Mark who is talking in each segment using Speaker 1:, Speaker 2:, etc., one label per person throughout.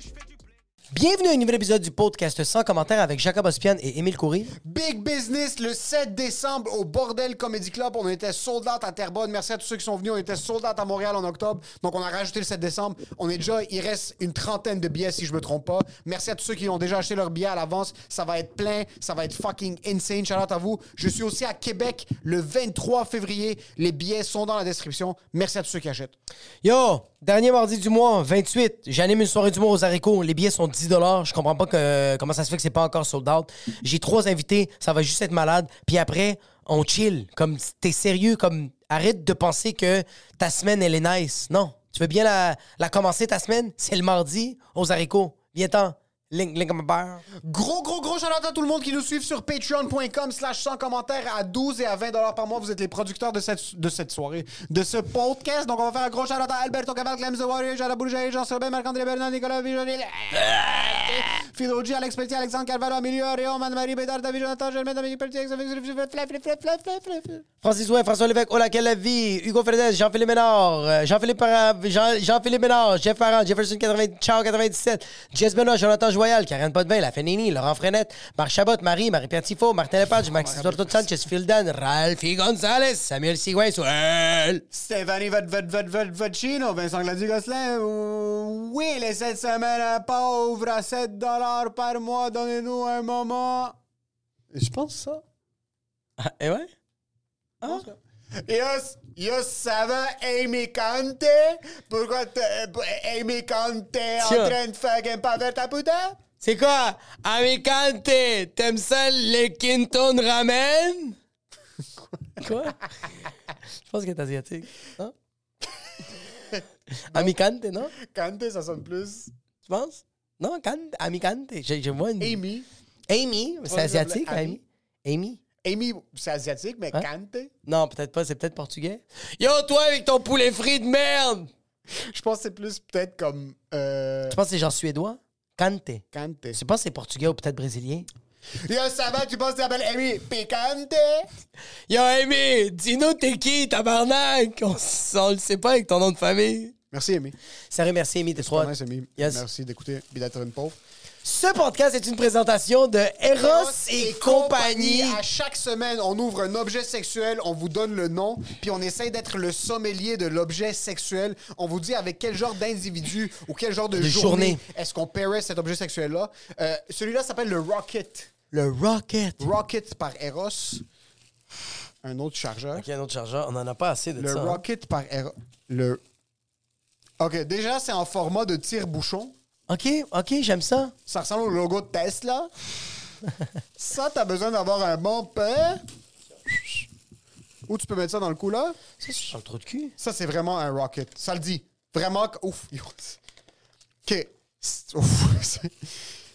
Speaker 1: je fais du
Speaker 2: Bienvenue à un nouvel épisode du podcast sans commentaire avec Jacob Ospian et Émile Coury.
Speaker 3: Big Business le 7 décembre au Bordel Comedy Club. On était sold out à Terrebonne. Merci à tous ceux qui sont venus. On était sold out à Montréal en octobre. Donc, on a rajouté le 7 décembre. On est déjà, il reste une trentaine de billets si je me trompe pas. Merci à tous ceux qui ont déjà acheté leurs billets à l'avance. Ça va être plein. Ça va être fucking insane. Shout out à vous. Je suis aussi à Québec le 23 février. Les billets sont dans la description. Merci à tous ceux qui achètent.
Speaker 2: Yo, dernier mardi du mois, 28, j'anime une soirée du mois aux haricots. Les billets sont 10 Je comprends pas que, comment ça se fait que c'est pas encore sold out. J'ai trois invités, ça va juste être malade. Puis après, on chill. Comme t'es sérieux, comme arrête de penser que ta semaine elle est nice. Non, tu veux bien la, la commencer ta semaine C'est le mardi aux haricots. Viens-t'en. Link, link à ma barre.
Speaker 3: Gros, gros, gros shout à tout le monde qui nous suit sur patreon.com slash sans commentaire à 12 et à 20 dollars par mois. Vous êtes les producteurs de cette, de cette soirée, de ce podcast. Donc, on va faire un gros shout à Alberto Caval, Clem The Warrior, Jada Bourget, Jean Sorbet, Marc-André Bernard, Nicolas Vigilil, Fido G, Alex Petit, Alexandre Calvaro, Emilio, Réon, Anne-Marie Bédard, David Jonathan, Germain, Dominique Petit, Alexandre,
Speaker 2: Francis Ouin, François Lévesque, Ola la vie, Hugo Fernandez, Jean-Philippe Ménard, euh, Jean-Philippe Parra- Jean- Jean-Philippe Ménard, Jeff Parent, Jefferson 80, Ciao 97, Jess Benoît, Jonathan Joyal, Karen Potvin, La Fenini, Laurent Frenette, Marc Chabot, Marie, Marie-Pierre Tifo, Martin Lepage, Maxime Dortot Sanchez, Phildan, Ralphie Gonzalez, Samuel Sigouin, Soel.
Speaker 3: Stéphanie Vod- Vod- Vod- Vod- Vodchino, Vincent Gladu-Gosselin. euh, Oui, les 7 semaines à pauvres à 7 dollars par mois. Donnez-nous un moment. Je pense ça.
Speaker 2: Ah, eh ouais?
Speaker 3: Yes, yes, ça va, Amy Conte? Pourquoi t'es- euh, Amy Conte est
Speaker 2: Tiens.
Speaker 3: en train de fucking pas faire ta putain?
Speaker 2: C'est quoi? Amicante, t'aimes ça les Quinton Ramen? quoi? Je pense que est asiatique. Non? Amicante, non?
Speaker 3: Conte, ça sonne plus.
Speaker 2: Tu penses? Non, can- Amicante. Je, je vois une...
Speaker 3: Amy.
Speaker 2: Amy, c'est
Speaker 3: Ouais,
Speaker 2: asiatique,
Speaker 3: Ami.
Speaker 2: Amy. Amy.
Speaker 3: Amy, c'est asiatique, mais
Speaker 2: Hein?
Speaker 3: Conte?
Speaker 2: Non, peut-être pas, c'est peut-être portugais. Yo, toi, avec ton poulet frit de merde!
Speaker 3: Je pense que c'est plus peut-être comme. Euh,
Speaker 2: Je pense que c'est genre suédois. Cante.
Speaker 3: Conte.
Speaker 2: Je pense que c'est portugais ou peut-être brésilien.
Speaker 3: Yes, ça va, tu penses que t'appelles Amy Picante?
Speaker 2: Yo, Amy, dis-nous t'es qui, tabarnak? On, s- on le sait pas avec ton nom de famille.
Speaker 3: Merci, Amy.
Speaker 2: Sérieux, merci, Amy, t'es
Speaker 3: C'est pas
Speaker 2: trois.
Speaker 3: nice, Amy.
Speaker 2: Yes.
Speaker 3: Merci d'écouter et d'être une pauvre.
Speaker 2: Ce podcast est une présentation de Eros et, compagnie.
Speaker 3: À chaque semaine, on ouvre un objet sexuel, on vous donne le nom, puis on essaie d'être le sommelier de l'objet sexuel. On vous dit avec quel genre d'individu ou quel genre de,
Speaker 2: De
Speaker 3: journée,
Speaker 2: journée.
Speaker 3: est-ce qu'on paierait cet objet sexuel-là. Euh, Celui-là s'appelle le Rocket.
Speaker 2: Le Rocket.
Speaker 3: Rocket par Eros. Un autre chargeur.
Speaker 2: Ok, un autre chargeur. On en a pas assez de
Speaker 3: Le
Speaker 2: ça. hein.
Speaker 3: Rocket par Eros. Le... OK, déjà, c'est en format de tire-bouchon.
Speaker 2: Ok, ok, j'aime ça.
Speaker 3: Ça ressemble au logo de Tesla. ça, t'as besoin d'avoir un bon pain. Ou tu peux mettre ça dans le cou là.
Speaker 2: Ça, c'est dans le trou de cul.
Speaker 3: Ça, c'est vraiment un rocket. Ça le dit. Vraiment. que- Ouf. Yo. OK. C'est- ouf. C'est-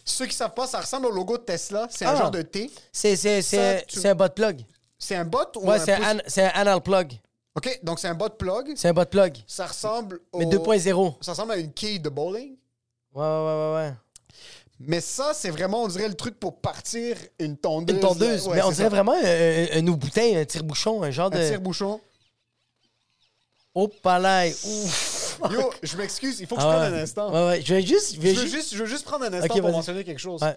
Speaker 3: Ceux qui savent pas, ça ressemble au logo de Tesla. C'est un
Speaker 2: Ah.
Speaker 3: genre de T.
Speaker 2: C'est, c'est,
Speaker 3: Ça,
Speaker 2: c'est,
Speaker 3: tu-
Speaker 2: c'est un bot plug.
Speaker 3: C'est un bot ou
Speaker 2: Ouais,
Speaker 3: un
Speaker 2: c'est,
Speaker 3: pouce?
Speaker 2: un, an- c'est un anal plug.
Speaker 3: OK, donc c'est un bot plug.
Speaker 2: C'est un bot plug.
Speaker 3: Ça ressemble au...
Speaker 2: Mais 2.0.
Speaker 3: Ça ressemble à une quille de bowling.
Speaker 2: Ouais, ouais, ouais, ouais. ouais.
Speaker 3: Mais ça, c'est vraiment, on dirait, le truc pour partir une tondeuse.
Speaker 2: Une tondeuse.
Speaker 3: là. Ouais,
Speaker 2: mais on
Speaker 3: c'est
Speaker 2: dirait
Speaker 3: ça.
Speaker 2: vraiment euh, un, ouboutin, un tire-bouchon, un genre
Speaker 3: Un
Speaker 2: de.
Speaker 3: tire-bouchon.
Speaker 2: Oh, palais. Ouf.
Speaker 3: Yo, je m'excuse, il faut que je
Speaker 2: Ah
Speaker 3: prenne
Speaker 2: ouais.
Speaker 3: un instant.
Speaker 2: Ouais, ouais, je vais juste. je
Speaker 3: Je
Speaker 2: vais
Speaker 3: veux
Speaker 2: ju-
Speaker 3: juste, je veux juste prendre un instant
Speaker 2: Ok,
Speaker 3: pour
Speaker 2: vas-y.
Speaker 3: mentionner quelque chose.
Speaker 2: Ouais.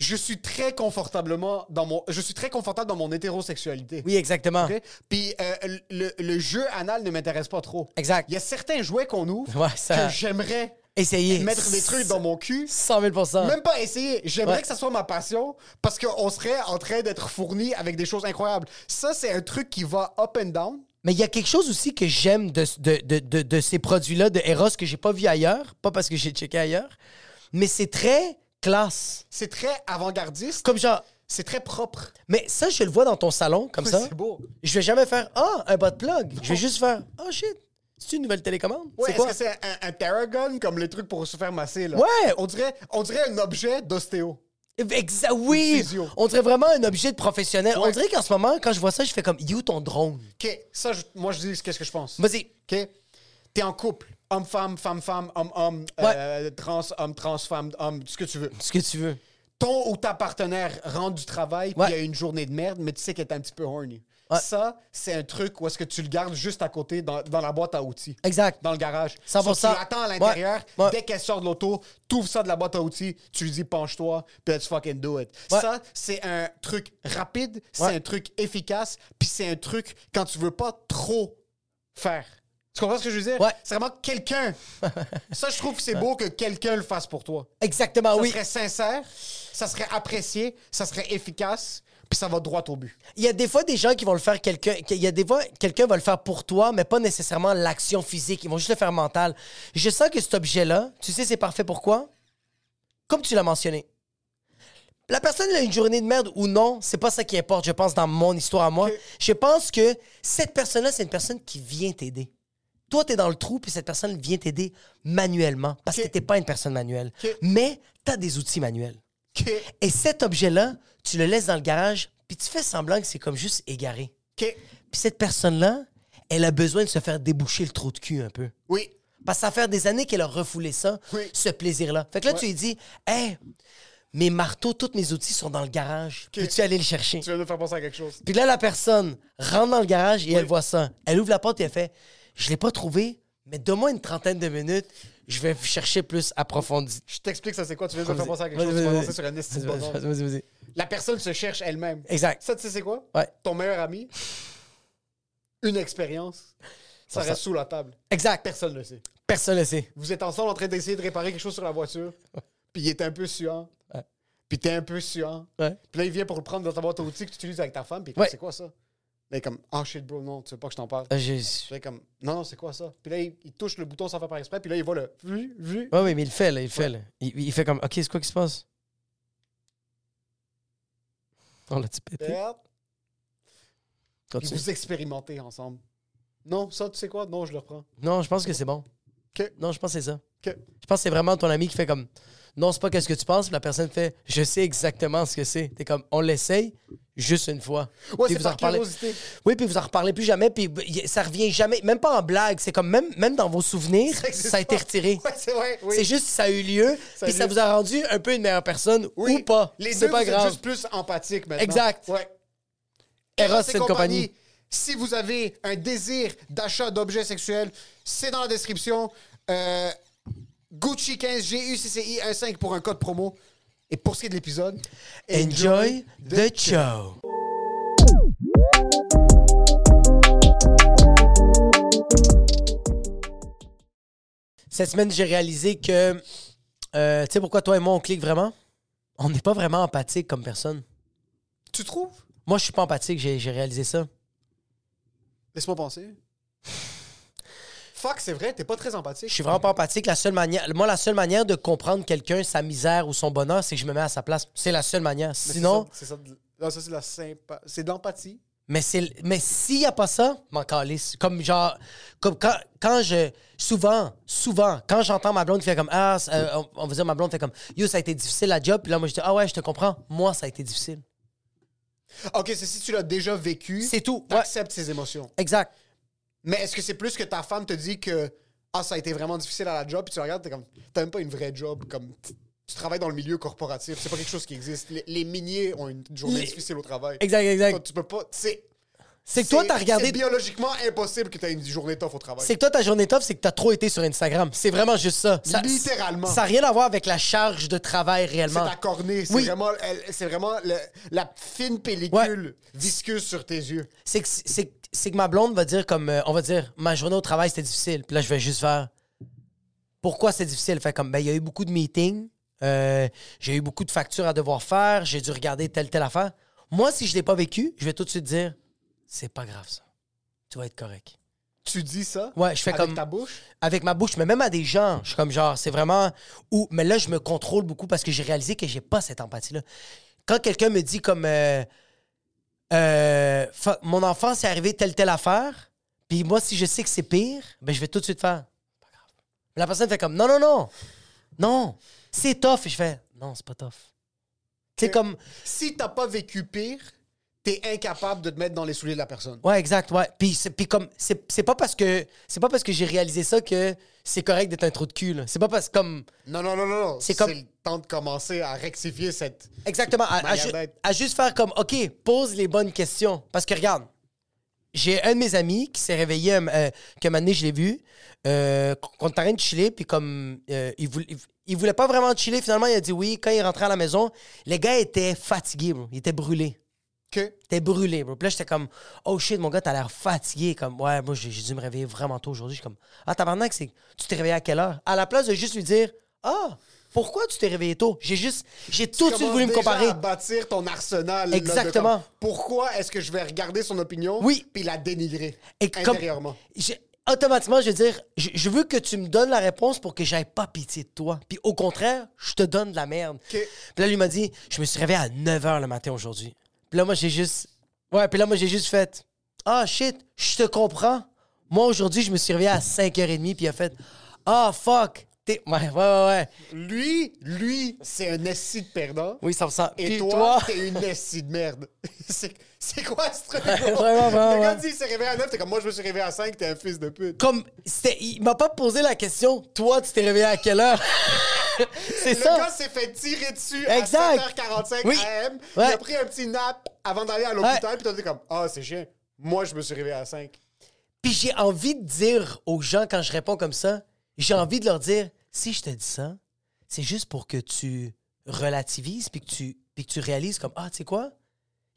Speaker 3: Je suis très confortablement dans mon, je suis très confortable dans mon hétérosexualité.
Speaker 2: Oui, exactement.
Speaker 3: OK? Puis euh, le, le jeu anal ne m'intéresse pas trop.
Speaker 2: Exact.
Speaker 3: Il y a certains jouets qu'on ouvre
Speaker 2: Ouais, ça-
Speaker 3: que j'aimerais
Speaker 2: Essayez.
Speaker 3: mettre des trucs dans mon cul.
Speaker 2: 100 000
Speaker 3: Même pas essayer. J'aimerais
Speaker 2: Ouais.
Speaker 3: que ça soit ma passion parce qu'on serait en train d'être fourni avec des choses incroyables. Ça, c'est un truc qui va up and down.
Speaker 2: Mais il y a quelque chose aussi que j'aime de, de, de, de, de ces produits-là, de Eros, que j'ai pas vu ailleurs. Pas parce que j'ai checké ailleurs. Mais c'est très classe.
Speaker 3: C'est très avant-gardiste.
Speaker 2: Comme genre.
Speaker 3: C'est très propre.
Speaker 2: Mais ça, je le vois dans ton salon, comme
Speaker 3: Mais
Speaker 2: ça.
Speaker 3: c'est beau.
Speaker 2: Je vais jamais faire Ah, un bot plug. Je vais juste faire Ah, shit. C'est une nouvelle télécommande.
Speaker 3: Ouais,
Speaker 2: c'est
Speaker 3: est-ce
Speaker 2: quoi?
Speaker 3: que c'est un, un Terragon comme le truc pour se faire masser là?
Speaker 2: Ouais.
Speaker 3: On dirait, on dirait un objet d'ostéo.
Speaker 2: Exa-
Speaker 3: Une
Speaker 2: oui!
Speaker 3: physio.
Speaker 2: On dirait vraiment un objet de professionnel.
Speaker 3: Ouais.
Speaker 2: On dirait qu'en ce moment, quand je vois ça, je fais comme You ton drone.
Speaker 3: OK, ça, je- moi, je dis qu'est-ce que je pense.
Speaker 2: Vas-y.
Speaker 3: OK? T'es en couple. Homme-femme, femme-femme, homme-homme, euh, trans-homme, trans-femme, homme, ce que tu veux.
Speaker 2: Ce que tu veux.
Speaker 3: Ton ou ta partenaire rentre du travail, puis
Speaker 2: Ouais.
Speaker 3: il y a une journée de merde, mais tu sais qu'elle est un petit peu horny.
Speaker 2: Ouais.
Speaker 3: Ça, c'est un truc où est-ce que tu le gardes juste à côté, dans, dans la boîte à outils.
Speaker 2: Exact.
Speaker 3: Dans le garage.
Speaker 2: 100%.
Speaker 3: Tu l'attends à l'intérière.
Speaker 2: Ouais. Ouais.
Speaker 3: Dès qu'elle sort de l'auto, t'ouvres ça de la boîte à outils, tu lui dis penche-toi, puis let's fucking do it.
Speaker 2: Ouais.
Speaker 3: Ça, c'est un truc rapide, c'est
Speaker 2: Ouais.
Speaker 3: un truc efficace, puis c'est un truc quand tu veux pas trop faire. Tu comprends ce que je veux dire?
Speaker 2: Ouais.
Speaker 3: C'est vraiment quelqu'un. ça, je trouve que c'est beau que quelqu'un le fasse pour toi.
Speaker 2: Exactement,
Speaker 3: Ça
Speaker 2: Ah oui.
Speaker 3: serait sincère, ça serait apprécié, ça serait efficace, puis ça va droit au but.
Speaker 2: Il y a des fois des gens qui vont le faire quelqu'un. Il y a des fois, quelqu'un va le faire pour toi, mais pas nécessairement l'action physique. Ils vont juste le faire mental. Je sens que cet objet-là, tu sais, c'est parfait pourquoi? Comme tu l'as mentionné. La personne elle a une journée de merde ou non, c'est pas ça qui importe, je pense, dans mon histoire à moi. Je pense que cette personne-là, c'est une personne qui vient t'aider. Toi, t'es dans le trou, puis cette personne vient t'aider manuellement, parce
Speaker 3: Ok.
Speaker 2: que t'es pas une personne manuelle.
Speaker 3: Ok.
Speaker 2: Mais t'as des outils manuels.
Speaker 3: OK.
Speaker 2: Et cet objet-là, tu le laisses dans le garage, puis tu fais semblant que c'est comme juste égaré.
Speaker 3: OK.
Speaker 2: Puis cette personne-là, elle a besoin de se faire déboucher le trou de cul un peu.
Speaker 3: Oui.
Speaker 2: Parce que ça fait des années qu'elle a refoulé ça,
Speaker 3: Oui.
Speaker 2: ce plaisir-là. Fait que là,
Speaker 3: Ouais.
Speaker 2: tu lui dis Hey, mes marteaux, tous mes outils sont dans le garage. Peux-tu aller le chercher?
Speaker 3: Tu viens de me faire penser à quelque chose.
Speaker 2: Puis là, la personne rentre dans le garage et elle voit ça. Elle ouvre la porte et elle fait Je l'ai pas trouvé, mais donne-moi une trentaine de minutes, je vais chercher plus approfondi.
Speaker 3: Je t'explique ça c'est quoi, tu viens de me faire penser à quelque
Speaker 2: Vas-y,
Speaker 3: chose, tu vas
Speaker 2: vas-y,
Speaker 3: lancer sur un esti de
Speaker 2: vas-y,
Speaker 3: bonhomme.
Speaker 2: vas-y, vas-y, vas-y.
Speaker 3: La personne se cherche elle-même.
Speaker 2: Exact.
Speaker 3: Ça, tu sais, c'est quoi?
Speaker 2: Ouais.
Speaker 3: Ton meilleur ami, une expérience, ça reste sous la table.
Speaker 2: Exact.
Speaker 3: Personne ne le sait.
Speaker 2: Personne ne sait.
Speaker 3: Vous êtes ensemble en train d'essayer de réparer quelque chose sur la voiture, puis il est un peu suant.
Speaker 2: Ouais.
Speaker 3: Puis t'es un peu suant.
Speaker 2: Ouais.
Speaker 3: Puis là, il vient pour le prendre dans ta boîte à outils que tu utilises avec ta femme, puis il est
Speaker 2: Ouais.
Speaker 3: comme, c'est quoi ça? Là, il est comme, oh shit, bro, non, tu veux pas que je t'en parle.
Speaker 2: Ah, je-
Speaker 3: Puis là, il est comme, non, non, c'est quoi ça? Puis là, il, il touche le bouton sans faire par exprès, puis là, il voit le vu, vu.
Speaker 2: Ouais, oui, mais il le fait, là, il le fait. là. Il, il fait comme, OK, c'est quoi qui se passe? On l'a-tu pété?
Speaker 3: Merde. Puis
Speaker 2: Continue.
Speaker 3: Euh, vous expérimentez ensemble. Non, ça, tu sais quoi? Non, je le reprends.
Speaker 2: Non, je pense que c'est bon.
Speaker 3: OK.
Speaker 2: Non, je pense que c'est ça.
Speaker 3: OK.
Speaker 2: Je pense que c'est vraiment ton ami qui fait comme, non, c'est pas qu'est-ce que tu penses, puis la personne fait, je sais exactement ce que c'est. T'es comme, on l'essaye juste une fois.
Speaker 3: Ouais,
Speaker 2: Puis
Speaker 3: c'est
Speaker 2: vous en
Speaker 3: par
Speaker 2: reparlez.
Speaker 3: curiosité.
Speaker 2: Oui, puis vous en reparlez plus jamais, puis y- ça revient jamais, même pas en blague. C'est comme, même, même dans vos souvenirs, ça a été retiré.
Speaker 3: Ouais, c'est vrai. oui.
Speaker 2: C'est juste que ça a eu lieu,
Speaker 3: Ça a
Speaker 2: puis
Speaker 3: eu
Speaker 2: ça
Speaker 3: lieu.
Speaker 2: vous a rendu un peu une meilleure personne
Speaker 3: Oui,
Speaker 2: ou pas.
Speaker 3: Les
Speaker 2: C'est
Speaker 3: deux,
Speaker 2: pas
Speaker 3: vous
Speaker 2: grave.
Speaker 3: êtes juste plus empathique maintenant.
Speaker 2: Exact.
Speaker 3: Ouais.
Speaker 2: Eros,
Speaker 3: et
Speaker 2: c'est une compagnie.
Speaker 3: Si vous avez un désir d'achat d'objets sexuels, c'est dans la description. Euh, Gucci 15 GUCCI 15 pour un code promo. Et pour ce qui est de l'épisode,
Speaker 2: Enjoy the show. Cette semaine, j'ai réalisé que. euh, tu sais pourquoi toi et moi, on clique vraiment? On n'est pas vraiment empathique comme personne.
Speaker 3: Tu trouves
Speaker 2: Moi, je suis pas empathique, j'ai j'ai réalisé ça.
Speaker 3: Laisse-moi penser. Fuck, c'est vrai, t'es pas très
Speaker 2: Je
Speaker 3: empathique.
Speaker 2: suis vraiment pas empathique. La seule manière, moi, la seule manière de comprendre quelqu'un, sa misère ou son bonheur, c'est que je me mets à sa place. C'est la seule manière.
Speaker 3: Mais c'est
Speaker 2: Sinon,
Speaker 3: ça- c'est ça, de- non, ça, c'est de la sympa- c'est de l'empathie.
Speaker 2: Mais c'est mais s'il n'y a pas ça, m'en calisse. Comme genre comme quand, quand je souvent souvent quand j'entends ma blonde qui fait comme ah c'est- euh, on- on va dire ma blonde fait comme yo ça a été difficile la job puis là moi je dis ah ouais je te comprends moi ça a été difficile.
Speaker 3: Ok, c'est si tu l'as déjà vécu.
Speaker 2: C'est tout. Ouais.
Speaker 3: T'acceptes ses émotions.
Speaker 2: Exact.
Speaker 3: Mais est-ce que c'est plus que ta femme te dit que ah ça a été vraiment difficile à la job puis tu la regardes t'es comme t'as même pas une vraie job comme t- tu travailles dans le milieu corporatif c'est pas quelque chose qui existe les, les miniers ont une journée
Speaker 2: Les-
Speaker 3: difficile au travail
Speaker 2: Exact
Speaker 3: Toi,
Speaker 2: exact.
Speaker 3: tu peux pas c'est
Speaker 2: C'est que toi, t'as regardé.
Speaker 3: C'est biologiquement impossible que t'aies une journée tough au travail.
Speaker 2: C'est que toi, ta journée tough, c'est que t'as trop été sur Instagram. C'est vraiment juste ça. ça
Speaker 3: Littéralement.
Speaker 2: Ça n'a rien à voir avec la charge de travail
Speaker 3: C'est
Speaker 2: réellement.
Speaker 3: ta cornée. C'est
Speaker 2: Oui.
Speaker 3: vraiment, elle- c'est vraiment le- la fine pellicule visqueuse sur tes yeux.
Speaker 2: C'est que, c'est que- c'est que ma blonde va dire comme, euh, on va dire, ma journée au travail, c'était difficile. Puis là, je vais juste faire, pourquoi c'est difficile? Fait comme, ben, il y a eu beaucoup de meetings, euh, j'ai eu beaucoup de factures à devoir faire, j'ai dû regarder telle, telle affaire. Moi, si je ne l'ai pas vécu, je vais tout de suite dire, c'est pas grave ça. Tu vas être correct.
Speaker 3: Tu dis ça
Speaker 2: Ouais, je fais
Speaker 3: avec
Speaker 2: comme-
Speaker 3: ta bouche.
Speaker 2: avec ma bouche, mais même à des gens. Je suis comme genre, c'est vraiment. Ou, mais là, je me contrôle beaucoup parce que j'ai réalisé que j'ai pas cette empathie-là. Quand quelqu'un me dit comme. euh, euh, Fuck, mon enfant, c'est arrivé telle, telle affaire, puis moi, si je sais que c'est pire, ben, je vais tout de suite faire. Pas grave. La personne fait comme. Non, non, non. Non. C'est tough. Et je fais. Non, c'est pas tough. C'est comme.
Speaker 3: Si t'as pas vécu pire, t'es incapable de te mettre dans les souliers de la personne.
Speaker 2: Ouais, exact, ouais. Puis, c'est- puis comme c'est c'est pas parce que c'est pas parce que j'ai réalisé ça que c'est correct d'être un trou de cul. là. C'est pas parce comme
Speaker 3: Non, non, non, non. non.
Speaker 2: C'est comme-
Speaker 3: le temps de commencer à rectifier cette.
Speaker 2: Exactement. À, à
Speaker 3: Manière
Speaker 2: ju-
Speaker 3: d'être.
Speaker 2: à juste faire comme, OK, pose les bonnes questions. Parce que regarde, j'ai un de mes amis qui s'est réveillé, euh, euh, que un moment donné, je l'ai vu, euh, qu'on était en train de chiller, puis comme, euh, il, voulait, il- il voulait pas vraiment chiller, finalement, il a dit oui. Quand il rentrait à la maison, les gars étaient fatigués, bro. Ils étaient brûlés.
Speaker 3: Que
Speaker 2: T'es brûlé, bro. Puis là, j'étais comme, oh shit, mon gars, t'as l'air fatigué. Comme, ouais, moi, j'ai j'ai dû me réveiller vraiment tôt aujourd'hui. Je suis comme, ah, tabarnak, c'est. Tu t'es réveillé à quelle heure? À la place de juste lui dire, ah, pourquoi tu t'es réveillé tôt? J'ai juste. J'ai tout de suite
Speaker 3: Commence
Speaker 2: voulu me
Speaker 3: déjà
Speaker 2: comparer.
Speaker 3: à bâtir ton arsenal. là, de
Speaker 2: Exactement.
Speaker 3: comme, pourquoi est-ce que je vais regarder son opinion
Speaker 2: Oui.
Speaker 3: puis la dénigrer
Speaker 2: Et comme-
Speaker 3: intérieurement?
Speaker 2: j'ai- automatiquement, je veux dire, je, je veux que tu me donnes la réponse pour que j'aille pas pitié de toi. Puis au contraire, je te donne de la merde. Puis là, lui m'a dit, je me suis réveillé à 9 h le matin aujourd'hui. Puis là, moi, j'ai juste. Ouais, puis là, moi, j'ai juste fait. Ah, shit, je te comprends. Moi, aujourd'hui, je me suis réveillé à 5h30, puis il a fait. Ah, fuck. T'es... Ouais, ouais, ouais, ouais.
Speaker 3: Lui, lui, c'est un esti de perdant.
Speaker 2: Oui, ça me sent.
Speaker 3: Et
Speaker 2: Puis
Speaker 3: toi, t'es une esti de merde. c'est c'est quoi ce truc? gros?
Speaker 2: vraiment, vraiment,
Speaker 3: Le gars
Speaker 2: ouais.
Speaker 3: dit, il s'est réveillé à 9, t'es comme moi, je me suis réveillé à 5, t'es un fils de pute.
Speaker 2: Comme. C'était... Il m'a pas posé la question, toi, tu t'es réveillé à quelle heure? C'est
Speaker 3: Le
Speaker 2: ça.
Speaker 3: gars s'est fait tirer dessus
Speaker 2: Exact.
Speaker 3: à 7h45
Speaker 2: Oui.
Speaker 3: AM. Il
Speaker 2: Ouais.
Speaker 3: a pris un petit nap avant d'aller à l'hôpital,
Speaker 2: Ouais.
Speaker 3: puis t'as dit comme, ah, c'est chiant. Moi, je me suis réveillé à 5.
Speaker 2: Puis j'ai envie de dire aux gens quand je réponds comme ça, j'ai envie de leur dire si je te dis ça, c'est juste pour que tu relativises puis que tu puis que tu réalises comme ah tu sais quoi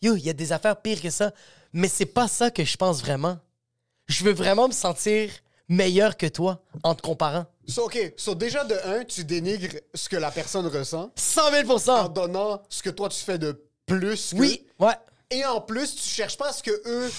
Speaker 2: yo il y a des affaires pires que ça mais c'est pas ça que je pense vraiment je veux vraiment me sentir meilleur que toi en te comparant
Speaker 3: So, OK, so déjà de un, tu dénigres ce que la personne ressent
Speaker 2: 100 000
Speaker 3: en donnant ce que toi, tu fais de plus. que-
Speaker 2: oui ouais
Speaker 3: Et en plus, tu cherches pas à ce que eux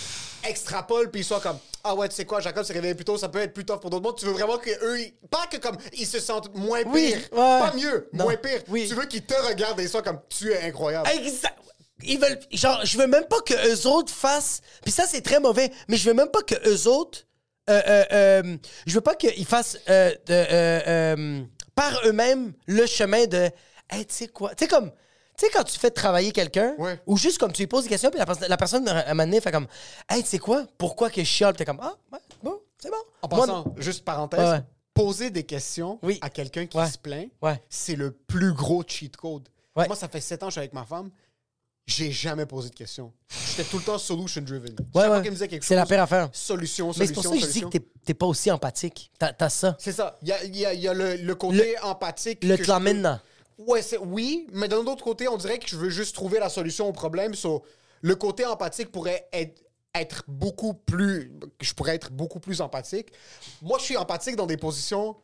Speaker 3: extrapolent puis ils soient comme ah ouais, tu sais quoi, Jacob s'est réveillé plus tôt, ça peut être plus tough pour d'autres mondes. Tu veux vraiment que eux, ils- pas que comme ils se sentent moins pires,
Speaker 2: Oui, ouais.
Speaker 3: pas mieux,
Speaker 2: Non.
Speaker 3: moins pires.
Speaker 2: Oui.
Speaker 3: Tu veux qu'ils te regardent et soient comme tu es incroyable.
Speaker 2: Exact. Ils veulent. Genre, je veux même pas que eux autres fassent. Puis ça, c'est très mauvais. Mais je veux même pas que eux autres. euh, euh, euh, je veux pas qu'ils fassent euh, de, euh, euh, par eux-mêmes le chemin de. Hey, tu sais quoi? Tu sais, comme. Tu sais, quand tu fais travailler quelqu'un,
Speaker 3: Ouais.
Speaker 2: ou juste comme tu lui poses des questions, puis la, pers- la personne, à un moment donné, fait comme Hey, tu sais quoi? Pourquoi que je chiale? Puis t'es comme Ah, ouais, bon, c'est bon.
Speaker 3: En
Speaker 2: Moi,
Speaker 3: passant, juste parenthèse,
Speaker 2: Ouais, ouais.
Speaker 3: poser des questions
Speaker 2: Oui.
Speaker 3: à quelqu'un qui
Speaker 2: Ouais.
Speaker 3: se plaint,
Speaker 2: Ouais.
Speaker 3: c'est le plus gros cheat code.
Speaker 2: Ouais.
Speaker 3: Moi, ça fait 7 ans que je suis avec ma femme. J'ai jamais posé de questions. J'étais tout le temps solution driven.
Speaker 2: Ouais,
Speaker 3: Chaque fois
Speaker 2: ouais.
Speaker 3: qu'elle me disait quelque
Speaker 2: C'est
Speaker 3: chose,
Speaker 2: la pire affaire.
Speaker 3: Solution, solution,
Speaker 2: mais c'est pour ça que je dis
Speaker 3: solution.
Speaker 2: que t'es- t'es pas aussi empathique. T'as t'as ça.
Speaker 3: C'est ça. Il y a, il y a- il y a le, le côté empathique.
Speaker 2: Le
Speaker 3: que je
Speaker 2: tlamena.
Speaker 3: peux- Ouais, c'est- oui, mais d'un autre côté, on dirait que je veux juste trouver la solution au problème. so, le côté empathique pourrait être, être beaucoup plus. Je pourrais être beaucoup plus empathique. Moi, je suis empathique dans des positions.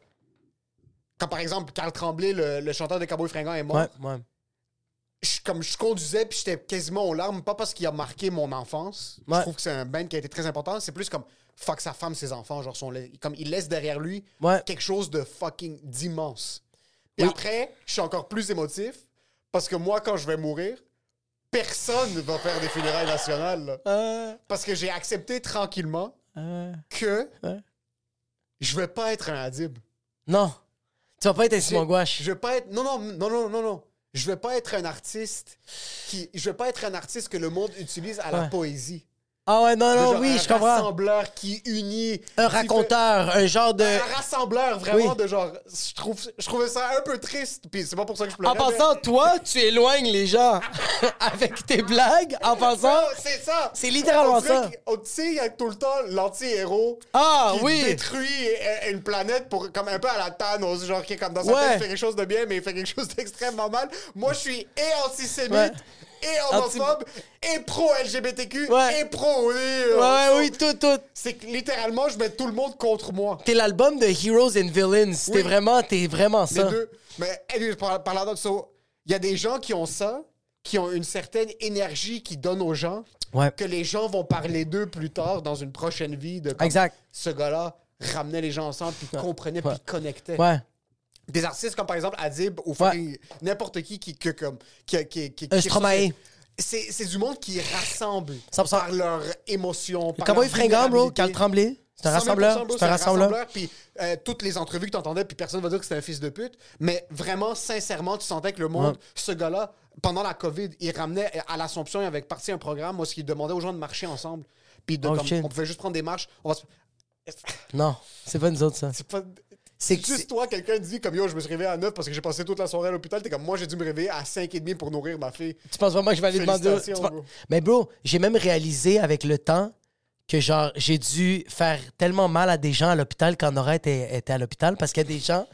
Speaker 3: Quand par exemple, Carl Tremblay, le, le chanteur de Cowboy Fringant, est mort,
Speaker 2: Ouais, ouais.
Speaker 3: je- comme je conduisais puis j'étais quasiment aux larmes, pas parce qu'il a marqué mon enfance. Je
Speaker 2: Ouais.
Speaker 3: trouve que c'est un band qui a été très important. C'est plus comme fuck sa femme, ses enfants, genre sont là- comme il laisse derrière lui
Speaker 2: Ouais.
Speaker 3: quelque chose de fucking d'immense. Et
Speaker 2: Oui.
Speaker 3: après, je suis encore plus émotif parce que moi, quand je vais mourir, personne ne va faire des funérailles nationales. là.
Speaker 2: Euh.
Speaker 3: Parce que j'ai accepté tranquillement que je vais pas être un Hadib.
Speaker 2: Non. Tu vas pas être un Simon Gouache.
Speaker 3: Je vais pas être. Non, non, non, non, non, non. Je vais pas être un artiste qui. Je vais pas être un artiste que le monde utilise à la
Speaker 2: Ouais.
Speaker 3: poésie.
Speaker 2: Ah ouais, non, non,
Speaker 3: Genre
Speaker 2: oui,
Speaker 3: un
Speaker 2: je comprends.
Speaker 3: rassembleur qui unit.
Speaker 2: Un
Speaker 3: qui
Speaker 2: raconteur, un genre de.
Speaker 3: fait- Un rassembleur, vraiment,
Speaker 2: Oui.
Speaker 3: de genre. Je, trouve, je trouvais ça un peu triste, puis c'est pas pour ça que je pleurais.
Speaker 2: En pensant, toi, tu éloignes les gens avec tes blagues. En
Speaker 3: mais-
Speaker 2: pensant.
Speaker 3: Non, c'est ça!
Speaker 2: C'est littéralement
Speaker 3: On dirait
Speaker 2: ça.
Speaker 3: qu'il- on- Tu sais, il y a tout le temps l'anti-héros.
Speaker 2: Ah
Speaker 3: qui
Speaker 2: oui!
Speaker 3: détruit euh, une planète pour, comme un peu à la Thanos, genre qui est comme dans sa
Speaker 2: Ouais.
Speaker 3: tête, il fait quelque chose de bien, mais il fait quelque chose d'extrêmement mal. Moi, je suis et antisémite,
Speaker 2: Ouais.
Speaker 3: et homophobe, et pro-LGBTQ,
Speaker 2: Ouais.
Speaker 3: et pro... Oui,
Speaker 2: Ouais, ouais,
Speaker 3: euh,
Speaker 2: oui, tout, tout.
Speaker 3: C'est que littéralement, je mets tout le monde contre moi.
Speaker 2: T'es l'album de Heroes and Villains. T'es
Speaker 3: Oui.
Speaker 2: vraiment, t'es vraiment
Speaker 3: Les
Speaker 2: ça.
Speaker 3: deux. Mais anyway, par, par là dedans so, il y a des gens qui ont ça, qui ont une certaine énergie qui donne aux gens,
Speaker 2: Ouais.
Speaker 3: que les gens vont parler d'eux plus tard dans une prochaine vie. De comme,
Speaker 2: Exact.
Speaker 3: Ce gars-là ramenait les gens ensemble, puis comprenait,
Speaker 2: Ouais.
Speaker 3: puis connectait.
Speaker 2: Ouais.
Speaker 3: des artistes comme par exemple Adib ou fucking n'importe qui qui que comme qui qui qui,
Speaker 2: Un
Speaker 3: qui-
Speaker 2: Stromae.
Speaker 3: c'est c'est du monde qui rassemble
Speaker 2: 100%.
Speaker 3: par leur émotion par
Speaker 2: Cowboy
Speaker 3: leur
Speaker 2: fringant, bro,
Speaker 3: vulnérabilité.
Speaker 2: Carl Tremblay. C'est un
Speaker 3: 100 000%,
Speaker 2: rassembleur.
Speaker 3: bro,
Speaker 2: C'est un rassembleur.
Speaker 3: puis euh, toutes les entrevues que t'entendais puis personne va dire que c'était un fils de pute mais vraiment sincèrement tu sentais que le monde ce gars-là pendant la Covid il ramenait à l'Assomption il avait parti un programme où il demandait aux gens de marcher ensemble puis de,
Speaker 2: Oh,
Speaker 3: comme,
Speaker 2: shit.
Speaker 3: on pouvait juste prendre des marches on va se-
Speaker 2: Non, c'est pas nous autres, ça.
Speaker 3: c'est pas
Speaker 2: C'est que
Speaker 3: Juste
Speaker 2: c'est-
Speaker 3: toi, quelqu'un dit comme yo, je me suis réveillé à 9 parce que j'ai passé toute la soirée à l'hôpital. T'es comme moi, j'ai dû me réveiller à 5h30 pour nourrir ma fille.
Speaker 2: tu penses vraiment que je vais aller demander. au-
Speaker 3: Félicitations,
Speaker 2: tu penses-
Speaker 3: bro.
Speaker 2: Mais bro, j'ai même réalisé avec le temps que genre j'ai dû faire tellement mal à des gens à l'hôpital quand Nora était, était à l'hôpital parce qu'il y a des gens.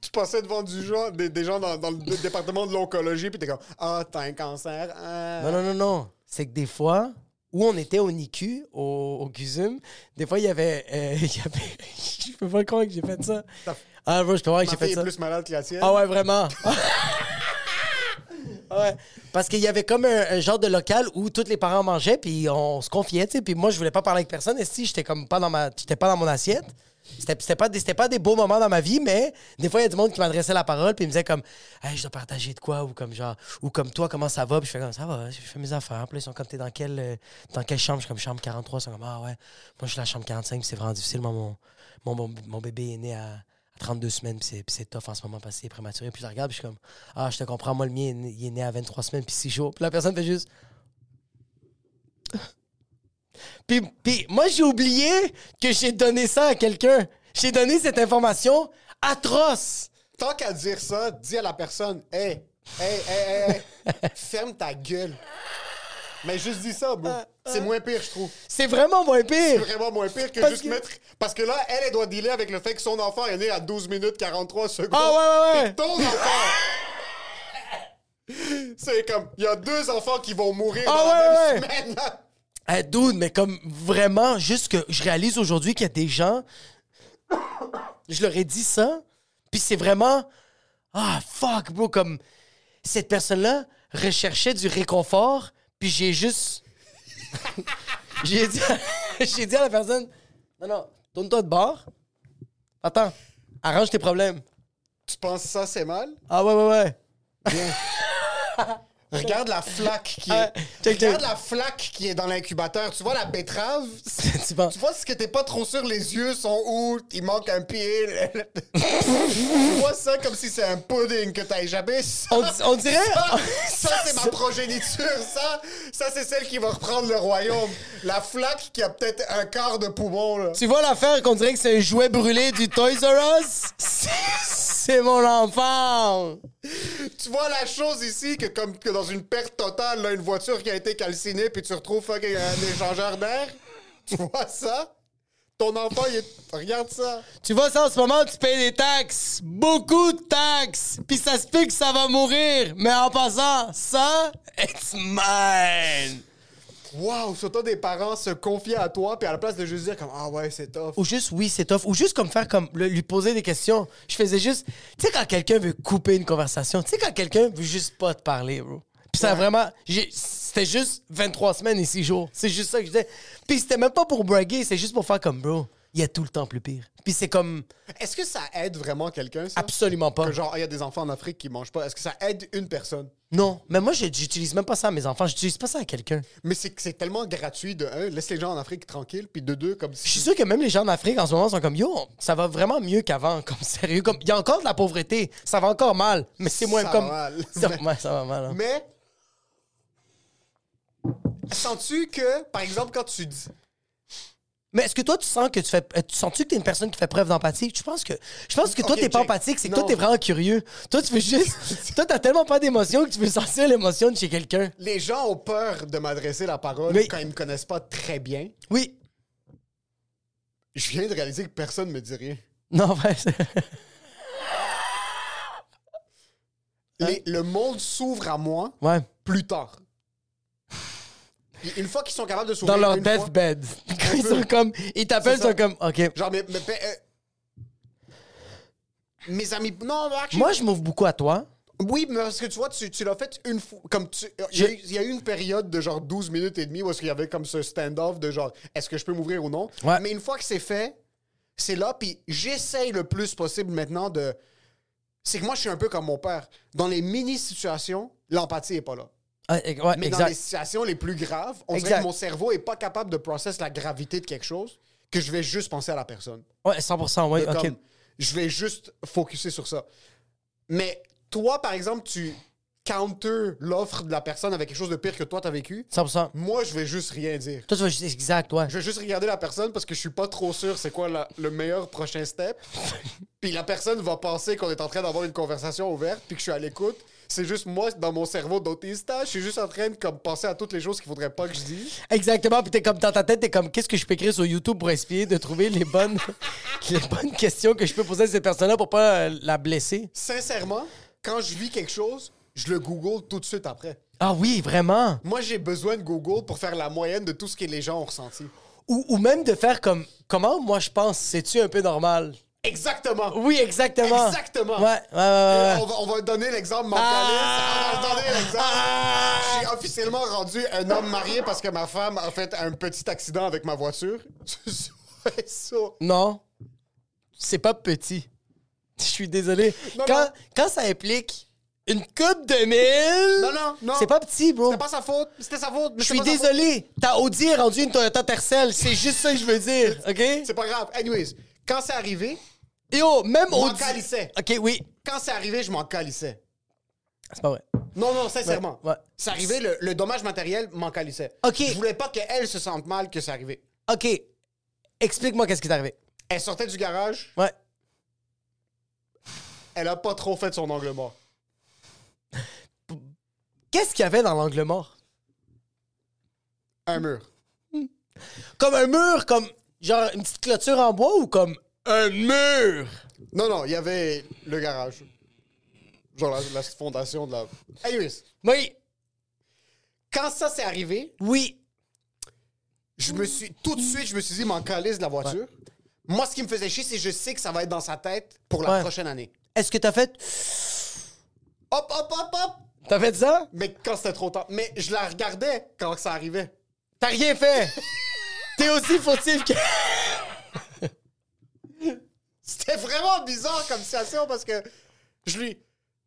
Speaker 3: Tu passais devant du gens, des, des gens dans, dans le dé- département de l'oncologie, puis t'es comme ah, t'as un cancer. ah.
Speaker 2: Non, non, non, non. C'est que des fois, où on était au NICU, au, au CUSUM, des fois, il y avait. euh, il y avait- je peux pas croire que j'ai fait ça. Ah, bro, je peux pas croire que
Speaker 3: Ma
Speaker 2: j'ai
Speaker 3: fille
Speaker 2: fait
Speaker 3: est
Speaker 2: ça.
Speaker 3: plus malade que la tienne.
Speaker 2: Ah ouais, vraiment. Ah ouais. Parce qu'il y avait comme un, un genre de local où tous les parents mangeaient, puis on se confiait, tu sais. Puis moi, je voulais pas parler avec personne. Et si j'étais comme pas dans ma, j'étais pas dans mon assiette. C'était c'était pas, des- c'était pas des beaux moments dans ma vie, mais des fois, il y a du monde qui m'adressait la parole, puis il me disait comme, hey, je dois partager de quoi, ou comme genre, ou comme toi, comment ça va, puis je fais comme ça va, je fais mes affaires. Puis là, ils sont comme, t'es dans quelle, euh, dans quelle chambre? Je suis comme chambre 43, ils sont comme, ah ouais, moi, je suis la chambre 45, puis c'est vraiment difficile. Moi, mon, mon, mon, mon bébé est né à, à 32 semaines, puis c'est- puis c'est tough en ce moment parce qu'il est prématuré. Puis je la regarde, puis je suis comme, ah, je te comprends, moi, le mien, il est né- il est né à 23 semaines, puis 6 jours. Puis la personne fait juste. puis, puis moi, j'ai oublié que j'ai donné ça à quelqu'un. J'ai donné cette information atroce.
Speaker 3: Tant qu'à dire ça, dis à la personne hey, hey, hey, hey, hey, ferme ta gueule. Mais juste dis ça, bro.
Speaker 2: Ah,
Speaker 3: C'est moins pire, je trouve.
Speaker 2: C'est vraiment moins
Speaker 3: C'est
Speaker 2: pire.
Speaker 3: vraiment moins pire que
Speaker 2: Parce
Speaker 3: juste
Speaker 2: que-
Speaker 3: mettre. Parce que là, elle, elle doit dealer avec le fait que son enfant est né à 12 minutes 43 secondes.
Speaker 2: Ah ouais, ouais, ouais.
Speaker 3: Et ton enfant! C'est comme. Il y a deux enfants qui vont mourir
Speaker 2: Ah
Speaker 3: dans la
Speaker 2: ouais,
Speaker 3: même semaine. là.
Speaker 2: Hey, dude, mais comme vraiment, juste que je réalise aujourd'hui qu'il y a des gens. je leur ai dit ça, puis c'est vraiment. Ah, fuck, bro, comme. Cette personne-là recherchait du réconfort, puis j'ai juste. j'ai dit, j'ai dit à la personne Non, non, tourne-toi de bord. Attends, arrange tes problèmes.
Speaker 3: Tu penses ça, c'est mal?
Speaker 2: Ah, ouais, ouais, ouais.
Speaker 3: Regarde la flaque qui
Speaker 2: Ah,
Speaker 3: est.
Speaker 2: check, check.
Speaker 3: Regarde la flaque qui est dans l'incubateur. Tu vois la betterave?
Speaker 2: tu penses-
Speaker 3: Tu vois ce que t'es pas trop sûr, les yeux sont où, il manque un pied. tu vois ça comme si c'est un pudding que t'as échappé. Ça,
Speaker 2: On di- on dirait-
Speaker 3: Ça, ça, c'est ma progéniture. Ça, ça c'est celle qui va reprendre le royaume. La flaque qui a peut-être un quart de poumon. Là.
Speaker 2: Tu vois l'affaire qu'on dirait que c'est un jouet brûlé du Toys R Us? C'est- C'est mon enfant!
Speaker 3: Tu vois la chose ici que comme que dans une perte totale, là, une voiture qui a été calcinée puis tu retrouves fucking un échangeur d'air. Tu vois ça? Ton enfant, il est... regarde ça.
Speaker 2: Tu vois ça en ce moment, tu payes des taxes. Beaucoup de taxes. Puis ça se peut que ça va mourir. Mais en passant, ça, it's mine.
Speaker 3: Waouh, surtout des parents se confier à toi, puis à la place de juste dire comme ah ouais c'est tough.
Speaker 2: Ou juste, oui, c'est tough. Ou juste comme faire comme le- lui poser des questions. Je faisais juste. Tu sais, quand quelqu'un veut couper une conversation, tu sais, quand quelqu'un veut juste pas te parler, bro. Puis ça a vraiment. j'ai- C'était juste 23 semaines et 6 jours. C'est juste ça que je disais. Puis c'était même pas pour braguer, c'est juste pour faire comme, bro. il y a tout le temps plus pire. Puis c'est comme
Speaker 3: Est-ce que ça aide vraiment quelqu'un, ça?
Speaker 2: absolument pas.
Speaker 3: Que genre, ah, il y a des enfants en Afrique qui mangent pas. Est-ce que ça aide une personne?
Speaker 2: Non, mais moi, je- j'utilise même pas ça à mes enfants. J'utilise pas ça à quelqu'un.
Speaker 3: Mais c'est c'est tellement gratuit de un, laisse les gens en Afrique tranquilles, puis de deux, comme si.
Speaker 2: Je suis sûr que même les gens d'Afrique en ce moment sont comme yo, ça va vraiment mieux qu'avant, comme sérieux. Comme il y a encore de la pauvreté, ça va encore mal, mais c'est moins
Speaker 3: Ça
Speaker 2: comme
Speaker 3: va mal.
Speaker 2: ça,
Speaker 3: Mais-
Speaker 2: ouais, ça va mal. hein.
Speaker 3: Mais sens-tu que, par exemple, quand tu dis
Speaker 2: Mais est-ce que toi tu sens que tu fais euh, tu sens-tu que t'es une personne qui fait preuve d'empathie? Je pense que je pense que toi
Speaker 3: Ok,
Speaker 2: t'es pas
Speaker 3: Jake.
Speaker 2: empathique, c'est que
Speaker 3: Non.
Speaker 2: toi t'es vraiment curieux. Toi tu veux juste toi t'as tellement pas d'émotion que tu veux sentir l'émotion de chez quelqu'un.
Speaker 3: les gens ont peur de m'adresser la parole
Speaker 2: Mais-
Speaker 3: quand ils me connaissent pas très bien,
Speaker 2: Oui.
Speaker 3: je viens de réaliser que personne me dit rien.
Speaker 2: Non, ouais. c'est- Hein?
Speaker 3: Les- le monde s'ouvre à moi
Speaker 2: ouais.
Speaker 3: plus tard. Et Une fois qu'ils sont capables de s'ouvrir
Speaker 2: Dans leur
Speaker 3: une fois-
Speaker 2: deathbed. Quand ils
Speaker 3: peut.
Speaker 2: sont comme ils t'appellent, ils
Speaker 3: C'est ça.
Speaker 2: sont comme OK.
Speaker 3: Genre, mais. mais- mais, euh, mes amis. Non, mais actually-
Speaker 2: Moi je m'ouvre beaucoup à toi.
Speaker 3: Oui, mais parce que tu vois, tu, tu l'as fait une fois. Comme tu, euh, il, y a eu, il y a eu une période de genre 12 minutes et demie où est-ce qu'il y avait comme ce stand-off de genre est-ce que je peux m'ouvrir ou non.
Speaker 2: Ouais.
Speaker 3: Mais une fois que c'est fait, c'est là. Puis j'essaye le plus possible maintenant de. C'est que moi, je suis un peu comme mon père. Dans les mini-situations, l'empathie est pas là.
Speaker 2: Ah, ouais,
Speaker 3: Mais dans les
Speaker 2: exact.
Speaker 3: situations les plus graves, on dirait
Speaker 2: Exact.
Speaker 3: que mon cerveau est pas capable de processer la gravité de quelque chose que je vais juste penser à la personne.
Speaker 2: Ouais, 100 ouais,
Speaker 3: De
Speaker 2: OK.
Speaker 3: comme, je vais juste focuser sur ça. Mais toi, par exemple, tu counter l'offre de la personne avec quelque chose de pire que toi t'as vécu.
Speaker 2: 100
Speaker 3: Moi, je vais juste rien dire.
Speaker 2: Toi, tu vas juste exact, ouais.
Speaker 3: Je vais juste regarder la personne parce que je suis pas trop sûr c'est quoi la- le meilleur prochain step. puis la personne va penser qu'on est en train d'avoir une conversation ouverte puis que je suis à l'écoute. C'est juste moi, dans mon cerveau d'autiste, je suis juste en train de comme, penser à toutes les choses qu'il faudrait pas que je dise.
Speaker 2: Exactement. Puis t'es comme dans ta tête, t'es comme qu'est-ce que je peux écrire sur YouTube pour essayer de trouver les bonnes, les bonnes questions que je peux poser à cette personne-là pour pas euh, la blesser.
Speaker 3: Sincèrement, quand je vis quelque chose, je le Google tout de suite après.
Speaker 2: Ah oui, vraiment.
Speaker 3: Moi, j'ai besoin de Google pour faire la moyenne de tout ce que les gens ont ressenti.
Speaker 2: Ou, ou même de faire comme comment moi je pense, c'est-tu un peu normal?
Speaker 3: Exactement.
Speaker 2: Oui, exactement.
Speaker 3: Exactement.
Speaker 2: Ouais, ouais, ouais, ouais, ouais.
Speaker 3: On, va, on va donner l'exemple mentaliste.
Speaker 2: Ah!
Speaker 3: On va donner l'exemple. Je suis officiellement rendu un homme marié parce que ma femme a fait un petit accident avec ma voiture. Ouais, ça.
Speaker 2: Non, c'est pas petit. Je suis désolé.
Speaker 3: Non,
Speaker 2: quand,
Speaker 3: non.
Speaker 2: quand ça implique une coupe de mille,
Speaker 3: Non, non, non.
Speaker 2: c'est pas petit, bro.
Speaker 3: C'était pas sa faute. C'était sa faute. mais
Speaker 2: Je
Speaker 3: c'était
Speaker 2: suis
Speaker 3: pas sa faute.
Speaker 2: désolé, ta Audi est rendue une Toyota Tercel, c'est juste ça que je veux dire, OK?
Speaker 3: C'est pas grave. Anyways, quand c'est arrivé,
Speaker 2: Yo, oh, même
Speaker 3: m'en
Speaker 2: Audi...
Speaker 3: calissais.
Speaker 2: OK, oui.
Speaker 3: quand c'est arrivé, je m'en calissais.
Speaker 2: C'est pas vrai.
Speaker 3: Non, non, sincèrement.
Speaker 2: Ouais, ouais.
Speaker 3: C'est arrivé, le, le dommage matériel m'en calissait.
Speaker 2: Ok.
Speaker 3: Je voulais pas qu'elle se sente mal que c'est arrivé.
Speaker 2: OK, explique-moi qu'est-ce qui est arrivé.
Speaker 3: Elle sortait du garage,
Speaker 2: Ouais.
Speaker 3: elle a pas trop fait son angle mort.
Speaker 2: Qu'est-ce qu'il y avait dans l'angle mort?
Speaker 3: Un mur.
Speaker 2: Comme un mur, comme genre une petite clôture en bois ou comme un mur?
Speaker 3: Non, non, il y avait le garage. Genre la, la fondation de la. Anyways,
Speaker 2: Oui,
Speaker 3: quand ça s'est arrivé,
Speaker 2: oui.
Speaker 3: je me suis. Tout de suite, je me suis dit, m'en calisse de la voiture. Moi, ce qui me faisait chier, c'est que je sais que ça va être dans sa tête pour la
Speaker 2: Ouais.
Speaker 3: prochaine année.
Speaker 2: Est-ce que t'as fait...
Speaker 3: Hop, hop, hop, hop!
Speaker 2: T'as fait ça?
Speaker 3: Mais quand c'était trop tard. Mais je la regardais quand ça arrivait.
Speaker 2: T'as rien fait! T'es aussi fautif que...
Speaker 3: C'était vraiment bizarre comme situation parce que je lui,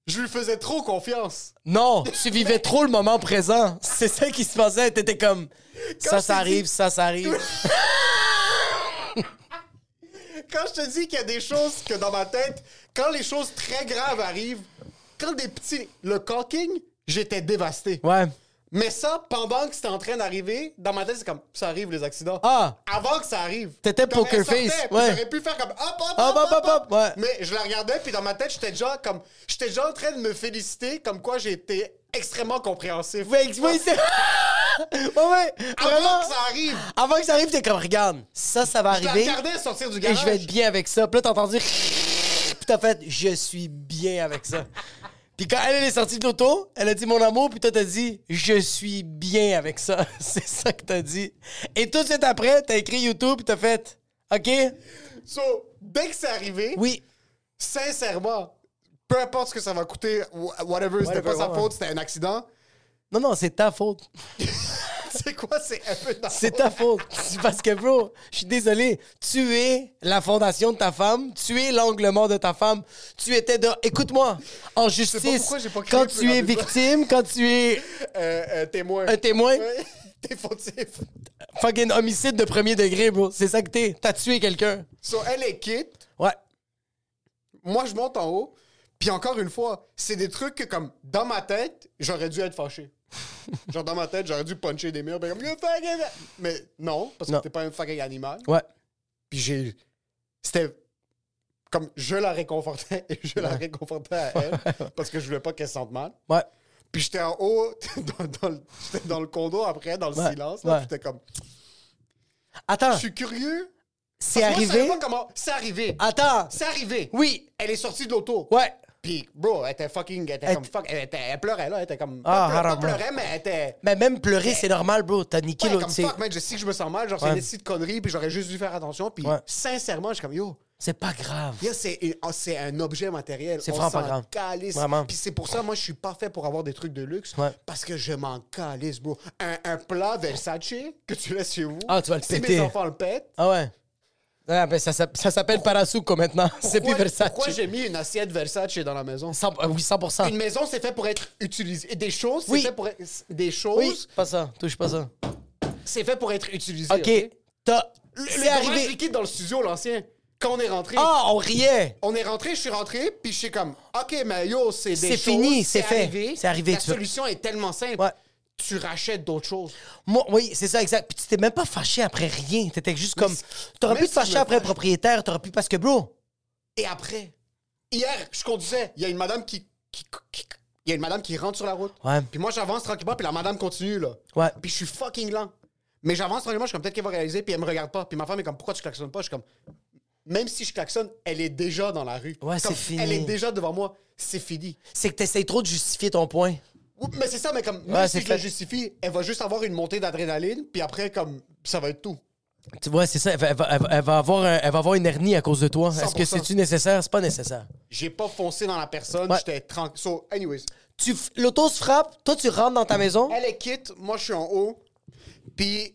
Speaker 3: je lui faisais trop confiance.
Speaker 2: Non, tu vivais trop le moment présent. C'est ça qui se passait. T'étais comme ça, ça arrive, ça, ça arrive.
Speaker 3: Quand je te dis qu'il y a des choses que dans ma tête, quand les choses très graves arrivent, quand des petits. Le caulking, j'étais dévasté.
Speaker 2: Ouais.
Speaker 3: Mais ça, pendant que c'était en train d'arriver, dans ma tête, c'est comme ça arrive les accidents.
Speaker 2: Ah.
Speaker 3: Avant que ça arrive.
Speaker 2: T'étais
Speaker 3: Comme
Speaker 2: poker
Speaker 3: elle sortait,
Speaker 2: face,
Speaker 3: puis
Speaker 2: ouais.
Speaker 3: J'aurais pu faire comme hop, hop, hop,
Speaker 2: Hop, hop, hop, hop, ouais.
Speaker 3: Mais je la regardais, puis dans ma tête, j'étais déjà comme. J'étais déjà en train de me féliciter, comme quoi j'ai été extrêmement compréhensif.
Speaker 2: Oui, oui, c'est. ouais, ouais. Vraiment.
Speaker 3: Avant que ça arrive.
Speaker 2: Avant que ça arrive, t'es comme, regarde, ça, ça va
Speaker 3: Je la
Speaker 2: arriver.
Speaker 3: regardais sortir du
Speaker 2: Et
Speaker 3: garage.
Speaker 2: je vais être bien avec ça. Puis là, t'as entendu. Puis t'as fait, je suis bien avec ça. Puis quand elle elle est sortie de l'auto, elle a dit mon amour, puis toi t'as dit je suis bien avec ça. C'est ça que t'as dit. Et tout de suite après, t'as écrit YouTube, puis t'as fait OK?
Speaker 3: So, dès que c'est arrivé,
Speaker 2: Oui.
Speaker 3: sincèrement, peu importe ce que ça va coûter, wh- whatever, c'était
Speaker 2: Whatever,
Speaker 3: pas sa
Speaker 2: ouais,
Speaker 3: faute,
Speaker 2: ouais.
Speaker 3: c'était un accident.
Speaker 2: Non, non, c'est ta faute.
Speaker 3: c'est quoi? C'est un peu dans-
Speaker 2: C'est ta faute. C'est Parce que, bro, je suis désolé. Tu es la fondation de ta femme. Tu es l'angle mort de ta femme. Tu étais de. Écoute-moi. En justice,
Speaker 3: pourquoi j'ai pas crié
Speaker 2: quand
Speaker 3: plus
Speaker 2: tu es
Speaker 3: rapidement.
Speaker 2: victime, quand tu es
Speaker 3: Euh, euh, témoin.
Speaker 2: un témoin,
Speaker 3: Ouais, T'es fautif.
Speaker 2: fucking homicide de premier degré, bro. C'est ça que t'es. T'as tué quelqu'un.
Speaker 3: So, elle est quitte.
Speaker 2: Ouais.
Speaker 3: Moi, je monte en haut. Puis encore une fois, c'est des trucs que, comme, dans ma tête, j'aurais dû être fâché. Genre, dans ma tête, j'aurais dû puncher des murs. ben, comme, You fucking- Mais non, parce que
Speaker 2: Non. Oh.
Speaker 3: t'es pas un fucking animal.
Speaker 2: Ouais.
Speaker 3: Puis j'ai. C'était. Comme je la réconfortais et je la réconfortais à elle parce que je voulais pas qu'elle se sente mal.
Speaker 2: Ouais.
Speaker 3: Puis j'étais en haut, dans, dans le, j'étais dans le condo après, dans le
Speaker 2: Ouais,
Speaker 3: silence. là,
Speaker 2: ouais.
Speaker 3: puis j'étais comme.
Speaker 2: Attends,
Speaker 3: Je suis curieux.
Speaker 2: c'est
Speaker 3: Moi, je savais
Speaker 2: arrivé.
Speaker 3: pas comment. C'est arrivé.
Speaker 2: Attends.
Speaker 3: C'est arrivé.
Speaker 2: Oui.
Speaker 3: Elle est sortie de l'auto.
Speaker 2: Ouais.
Speaker 3: Puis, bro, elle était fucking. Elle était
Speaker 2: Elle-
Speaker 3: comme fuck. Elle, était- elle pleurait, là. Elle était comme.
Speaker 2: Ah,
Speaker 3: pas pleu- pas
Speaker 2: haram, ouais.
Speaker 3: pleurait, mais elle était.
Speaker 2: Mais même pleurer, c'est normal, bro. T'as niqué
Speaker 3: Ouais,
Speaker 2: l'autre.
Speaker 3: comme
Speaker 2: c'est-
Speaker 3: fuck, man, je sais que je me sens mal. Genre, c'est
Speaker 2: Ouais.
Speaker 3: une petite connerie, puis j'aurais juste dû faire attention. Puis,
Speaker 2: Ouais.
Speaker 3: sincèrement, je suis comme, yo,
Speaker 2: C'est pas grave.
Speaker 3: Là, c'est oh, c'est un objet matériel.
Speaker 2: C'est
Speaker 3: On
Speaker 2: vraiment pas
Speaker 3: s'en
Speaker 2: grave.
Speaker 3: calisse.
Speaker 2: Vraiment.
Speaker 3: Puis c'est pour ça, moi, je suis pas fait pour avoir des trucs de luxe.
Speaker 2: Ouais.
Speaker 3: Parce que je m'en calisse, bro. Un, un plat Versace que tu laisses chez vous.
Speaker 2: Ah, tu vas le
Speaker 3: si
Speaker 2: péter.
Speaker 3: mes enfants le pètent.
Speaker 2: Ah ouais. Ah, ben, ça, s'app- ça s'appelle Parasuco maintenant. C'est plus
Speaker 3: pourquoi-
Speaker 2: Versace.
Speaker 3: Pourquoi j'ai mis une assiette Versace dans la maison?
Speaker 2: Cent- euh, oui, 100%.
Speaker 3: Une maison, c'est fait pour être utilisé. Et Des choses, c'est
Speaker 2: Oui.
Speaker 3: fait pour être... Des choses,
Speaker 2: Oui, pas ça. Touche pas ça.
Speaker 3: c'est fait pour être utilisé.
Speaker 2: OK. T'as...
Speaker 3: Le,
Speaker 2: C'est
Speaker 3: le arrivé...
Speaker 2: arrivé.
Speaker 3: liquide dans le studio, l'ancien. Quand on est rentré...
Speaker 2: Ah, on riait.
Speaker 3: On est rentré, je suis rentré, puis je suis comme, OK, mais yo, c'est des
Speaker 2: C'est
Speaker 3: choses,
Speaker 2: fini, c'est fait.
Speaker 3: arrivé.
Speaker 2: C'est arrivé,
Speaker 3: La
Speaker 2: tu-
Speaker 3: solution est tellement simple.
Speaker 2: Ouais.
Speaker 3: Tu rachètes d'autres choses.
Speaker 2: Moi, oui, c'est ça, exact. Puis tu t'es même pas fâché après rien. T'étais juste comme. T'aurais
Speaker 3: même
Speaker 2: pu te
Speaker 3: si je
Speaker 2: fâcher
Speaker 3: me
Speaker 2: après le
Speaker 3: fâche-
Speaker 2: propriétaire, t'aurais pu. Parce que, bro.
Speaker 3: Et après, hier, je conduisais. Il y a une madame qui... qui- qui- il y a une madame qui rentre sur la route.
Speaker 2: Ouais.
Speaker 3: Puis moi, j'avance tranquillement, puis la madame continue, là.
Speaker 2: Ouais.
Speaker 3: Puis je suis fucking lent. Mais j'avance tranquillement, je suis comme, peut-être qu'elle va réaliser, puis elle me regarde pas. Puis ma femme est comme, pourquoi tu klaxonnes pas? Je suis comme, même si je klaxonne, elle est déjà dans la rue.
Speaker 2: Ouais, c'est
Speaker 3: Comme,
Speaker 2: fini.
Speaker 3: Elle est déjà devant moi. C'est fini.
Speaker 2: C'est que t'essayes trop de justifier ton point.
Speaker 3: Oui, Mais c'est ça, mais comme, même
Speaker 2: Ouais,
Speaker 3: si
Speaker 2: c'est
Speaker 3: je la
Speaker 2: fait.
Speaker 3: justifie, elle va juste avoir une montée d'adrénaline, puis après, comme, ça va être tout.
Speaker 2: Tu vois, c'est ça. Elle va, elle va- elle va- elle va avoir un- elle va avoir une hernie à cause de toi. Est-ce que
Speaker 3: 100%.
Speaker 2: c'est-tu nécessaire? C'est pas nécessaire.
Speaker 3: J'ai pas foncé dans la personne,
Speaker 2: Ouais.
Speaker 3: j'étais tranquille. So, anyways,
Speaker 2: Tu, f- l'auto se frappe, toi, tu rentres dans ta maison.
Speaker 3: elle est quitte, moi, je suis en haut, puis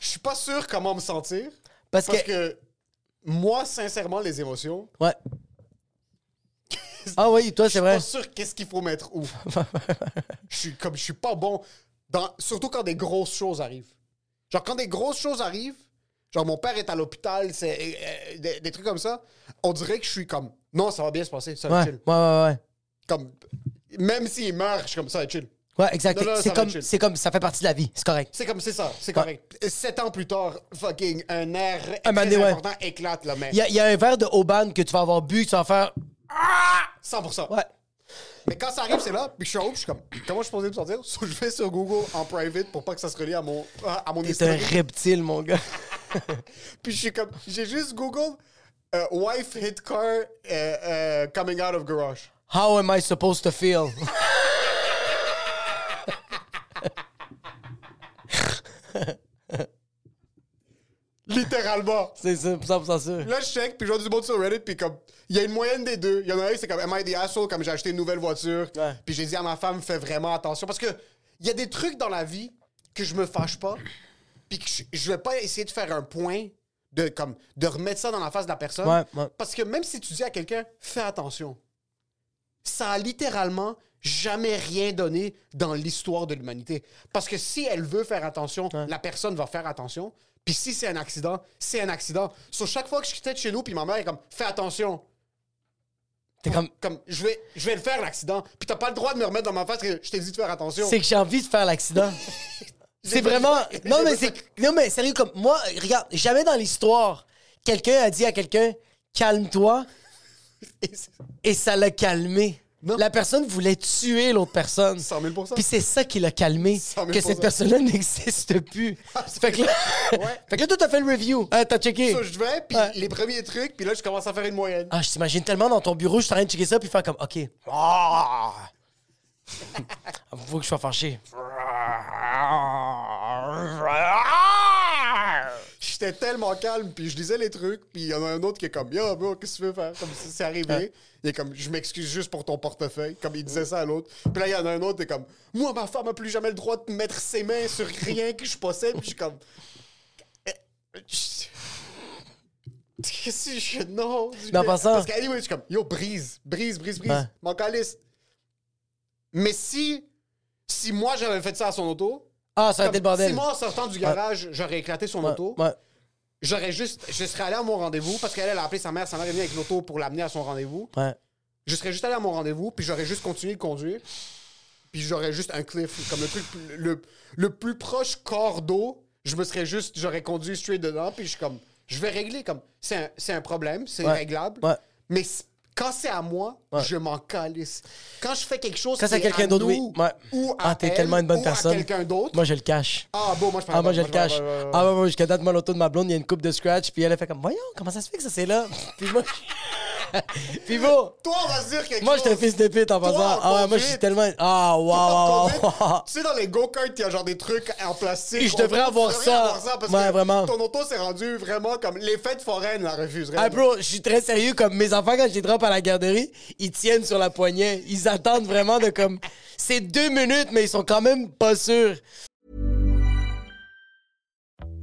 Speaker 3: je suis pas sûr comment me sentir,
Speaker 2: Parce,
Speaker 3: parce
Speaker 2: que.
Speaker 3: que moi, sincèrement, les émotions,
Speaker 2: Ouais. ah oui, toi, c'est vrai.
Speaker 3: Je suis pas sûr qu'est-ce qu'il faut mettre où. je suis comme je suis pas bon dans surtout quand des grosses choses arrivent. Genre quand des grosses choses arrivent, genre mon père est à l'hôpital, c'est euh, euh, des, des trucs comme ça, on dirait que je suis comme non, ça va bien se passer, ça va
Speaker 2: Ouais,
Speaker 3: être
Speaker 2: ouais,
Speaker 3: chill.
Speaker 2: ouais, ouais.
Speaker 3: Comme même s'il meurt, je suis comme ça va être chill.
Speaker 2: Ouais, exact.
Speaker 3: Non, non, ça
Speaker 2: C'est
Speaker 3: va
Speaker 2: comme,
Speaker 3: être chill.
Speaker 2: c'est comme, ça fait partie de la vie. C'est correct.
Speaker 3: C'est comme c'est ça, c'est correct. Sept ans plus tard, fucking un air
Speaker 2: Un moment
Speaker 3: très
Speaker 2: donné, ouais.
Speaker 3: important éclate là, mais
Speaker 2: Il y, a- il y a un verre de Oban que tu vas avoir bu, que tu vas faire.
Speaker 3: 100%.
Speaker 2: Ouais.
Speaker 3: Mais quand ça arrive, c'est là, puis je suis en haut, puis je suis comme, comment je suis posé me sortir? So, je vais sur Google en private pour pas que ça se relie à mon, à mon
Speaker 2: T'es un
Speaker 3: historique.
Speaker 2: reptile, mon gars.
Speaker 3: Puis je suis comme, j'ai juste Google euh, wife hit car euh, euh, coming out of garage.
Speaker 2: How am I supposed to feel?
Speaker 3: Littéralement.
Speaker 2: C'est ça, 100% sûr.
Speaker 3: Là, je check, puis je vois du monde sur Reddit, puis comme, il y a une moyenne des deux. Il y en a un, c'est comme, am I the asshole, comme j'ai acheté une nouvelle voiture.
Speaker 2: Ouais.
Speaker 3: Puis j'ai dit à ma femme, fais vraiment attention. Parce que, il y a des trucs dans la vie que je me fâche pas, puis que je, je vais pas essayer de faire un point, de, comme, de remettre ça dans la face de la personne.
Speaker 2: Ouais, ouais.
Speaker 3: Parce que même si tu dis à quelqu'un, fais attention, ça a littéralement jamais rien donné dans l'histoire de l'humanité. Parce que si elle veut faire attention, la personne va faire attention. Puis si c'est un accident, c'est un accident. Sur chaque fois que je quittais de chez nous, puis ma mère est comme, fais attention.
Speaker 2: T'es comme.
Speaker 3: Comme, je vais, je vais le faire, l'accident. Puis t'as pas le droit de me remettre dans ma face que je t'ai dit de faire attention.
Speaker 2: C'est que j'ai envie de faire l'accident. C'est
Speaker 3: J'ai pas-
Speaker 2: vraiment.
Speaker 3: j'ai
Speaker 2: Non,
Speaker 3: pas
Speaker 2: mais
Speaker 3: ça.
Speaker 2: c'est. Non, mais sérieux, comme. Moi, regarde, jamais dans l'histoire, quelqu'un a dit à quelqu'un, calme-toi,
Speaker 3: Et c'est-
Speaker 2: et ça l'a calmé.
Speaker 3: Non.
Speaker 2: La personne voulait tuer l'autre personne.
Speaker 3: 100 000
Speaker 2: Puis c'est ça qui l'a calmé,
Speaker 3: 100 000
Speaker 2: que cette personne-là n'existe plus.
Speaker 3: Ah,
Speaker 2: fait, que là, fait que là, toi, t'as fait le review. Euh, t'as checké.
Speaker 3: Ça, je vais, puis
Speaker 2: Ouais.
Speaker 3: les premiers trucs, puis là, je commence à faire une moyenne.
Speaker 2: Ah, je t'imagine tellement dans ton bureau, je suis en train de checker ça, puis faire comme, OK. Ah! Faut que je sois fâché.
Speaker 3: Je j'étais tellement calme, puis je disais les trucs, puis il y en a un autre qui est comme, yo, bro, qu'est-ce que tu veux faire? Comme si c'est arrivé. Il est comme, je m'excuse juste pour ton portefeuille, comme il disait ça à l'autre. Puis là, il y en a un autre qui est comme, moi, ma femme a plus jamais le droit de mettre ses mains sur rien que je possède, puis je suis comme. Eh, Qu'est-ce que je. Non!
Speaker 2: Mais en passant-
Speaker 3: Parce qu'anyway, je suis comme, yo, brise, brise, brise, brise,
Speaker 2: Ouais.
Speaker 3: mon calice. Mais si. Si moi, j'avais fait ça à son auto.
Speaker 2: Ah, ça a été le
Speaker 3: Comme,
Speaker 2: bordel.
Speaker 3: Si moi, en sortant du garage, j'aurais éclaté son
Speaker 2: Ouais,
Speaker 3: auto,
Speaker 2: ouais.
Speaker 3: j'aurais juste. Je serais allé à mon rendez-vous parce qu'elle elle a appelé sa mère, sa mère est venue avec l'auto pour l'amener à son rendez-vous.
Speaker 2: Ouais.
Speaker 3: Je serais juste allé à mon rendez-vous, puis j'aurais juste continué de conduire. Puis j'aurais juste un cliff, comme le truc plus- le, le plus proche corps d'eau. Je me serais juste, j'aurais conduit straight dedans, puis je suis comme, je vais régler comme, c'est un, c'est un problème, c'est
Speaker 2: Ouais.
Speaker 3: réglable.
Speaker 2: Ouais.
Speaker 3: Mais c- quand c'est à moi,
Speaker 2: Ouais.
Speaker 3: je m'en calisse. Quand je fais quelque chose,
Speaker 2: Quand c'est à
Speaker 3: qui est
Speaker 2: quelqu'un d'autre, oui.
Speaker 3: nous,
Speaker 2: Ouais.
Speaker 3: Ou à
Speaker 2: ah, t'es
Speaker 3: elle,
Speaker 2: tellement une bonne
Speaker 3: ou à
Speaker 2: personne.
Speaker 3: quelqu'un d'autre.
Speaker 2: Moi, je le cache.
Speaker 3: Ah, bon, moi je fais
Speaker 2: Ah, moi, je le cache.
Speaker 3: ouais, ouais, ouais.
Speaker 2: Ah, ouais, ouais, jusqu'à date, moi, l'auto de ma blonde, il y a une coupe de scratch, puis elle a fait comme, voyons, comment ça se fait que ça, c'est là? Puis moi, je- Puis bon,
Speaker 3: Toi, on va se dire quelque
Speaker 2: moi,
Speaker 3: chose.
Speaker 2: j'étais fils de pute en
Speaker 3: Toi,
Speaker 2: passant. Ah, ouais, moi, je suis
Speaker 3: conduite.
Speaker 2: tellement. Ah, waouh,
Speaker 3: Conduite.
Speaker 2: waouh, waouh.
Speaker 3: Tu sais, dans les go-karts, il y a genre des trucs en plastique.
Speaker 2: Et je devrais
Speaker 3: On-
Speaker 2: avoir
Speaker 3: tu devrais
Speaker 2: ça.
Speaker 3: avoir parce
Speaker 2: Ouais,
Speaker 3: que
Speaker 2: vraiment.
Speaker 3: Ton auto s'est rendu vraiment comme les fêtes foraines la refuseraient.
Speaker 2: Ah, bro, je suis très sérieux. Comme mes enfants, quand je les drop à la garderie, ils tiennent sur la poignée. Ils attendent vraiment de comme. C'est deux minutes, mais ils sont quand même pas sûrs.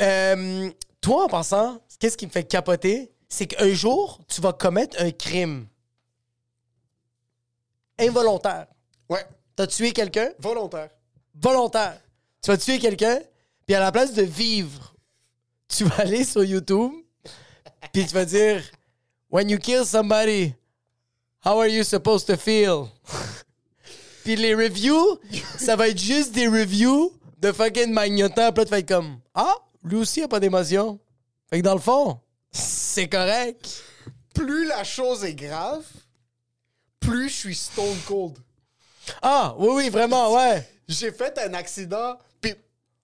Speaker 2: Euh, toi, en passant, qu'est-ce qui me fait capoter? C'est qu'un jour, tu vas commettre un crime involontaire.
Speaker 3: Ouais,
Speaker 2: T'as tué quelqu'un
Speaker 3: volontaire.
Speaker 2: volontaire. Tu vas tuer quelqu'un, puis à la place de vivre, tu vas aller sur YouTube, puis tu vas dire When you kill somebody, how are you supposed to feel? puis les reviews, ça va être juste des reviews de fucking magnotant. Puis là, tu vas être comme Ah, lui aussi a pas d'émotion. Fait que dans le fond, c'est correct.
Speaker 3: Plus la chose est grave, plus je suis stone cold.
Speaker 2: Ah, oui, oui, vraiment, ouais.
Speaker 3: J'ai fait un accident, puis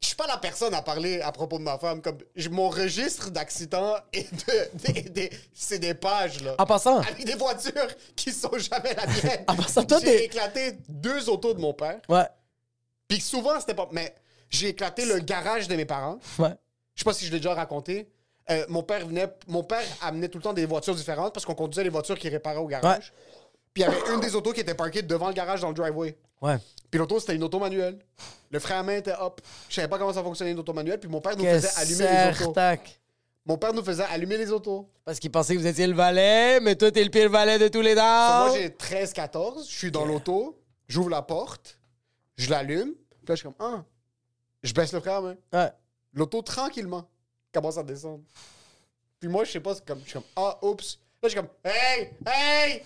Speaker 3: je suis pas la personne à parler à propos de ma femme. Comme j- mon registre d'accidents et de, des- des- c'est des pages là.
Speaker 2: En passant,
Speaker 3: avec des voitures qui sont jamais la mienne.
Speaker 2: Ah, parce que Ah. toi,
Speaker 3: j'ai
Speaker 2: t'es-
Speaker 3: éclaté deux autos de mon père.
Speaker 2: ouais,
Speaker 3: Puis souvent, c'était pas. Mais j'ai éclaté le garage de mes parents.
Speaker 2: ouais.
Speaker 3: Je sais pas si je l'ai déjà raconté. Euh, mon père venait. Mon père amenait tout le temps des voitures différentes parce qu'on conduisait les voitures qu'il réparait au garage. Puis il y avait une des autos qui était parquée devant le garage dans le driveway.
Speaker 2: Ouais.
Speaker 3: Puis l'auto, c'était une auto manuelle. Le frein à main était hop. Je savais pas comment ça fonctionnait une auto manuelle. Puis mon père nous
Speaker 2: Que
Speaker 3: faisait allumer les autos.
Speaker 2: sertac.
Speaker 3: Mon père nous faisait allumer les autos.
Speaker 2: Parce qu'il pensait que vous étiez le valet, mais toi, t'es le pire valet de tous les temps.
Speaker 3: Moi, j'ai 13-14, je suis dans l'auto, j'ouvre la porte, je l'allume, puis là, je suis comme, ah, je baisse le frein à main.
Speaker 2: Ouais.
Speaker 3: L'auto, tranquillement, commence à descendre. Puis moi, je sais pas, c'est comme, je suis comme, ah, oups. Là, je suis comme, hey, hey!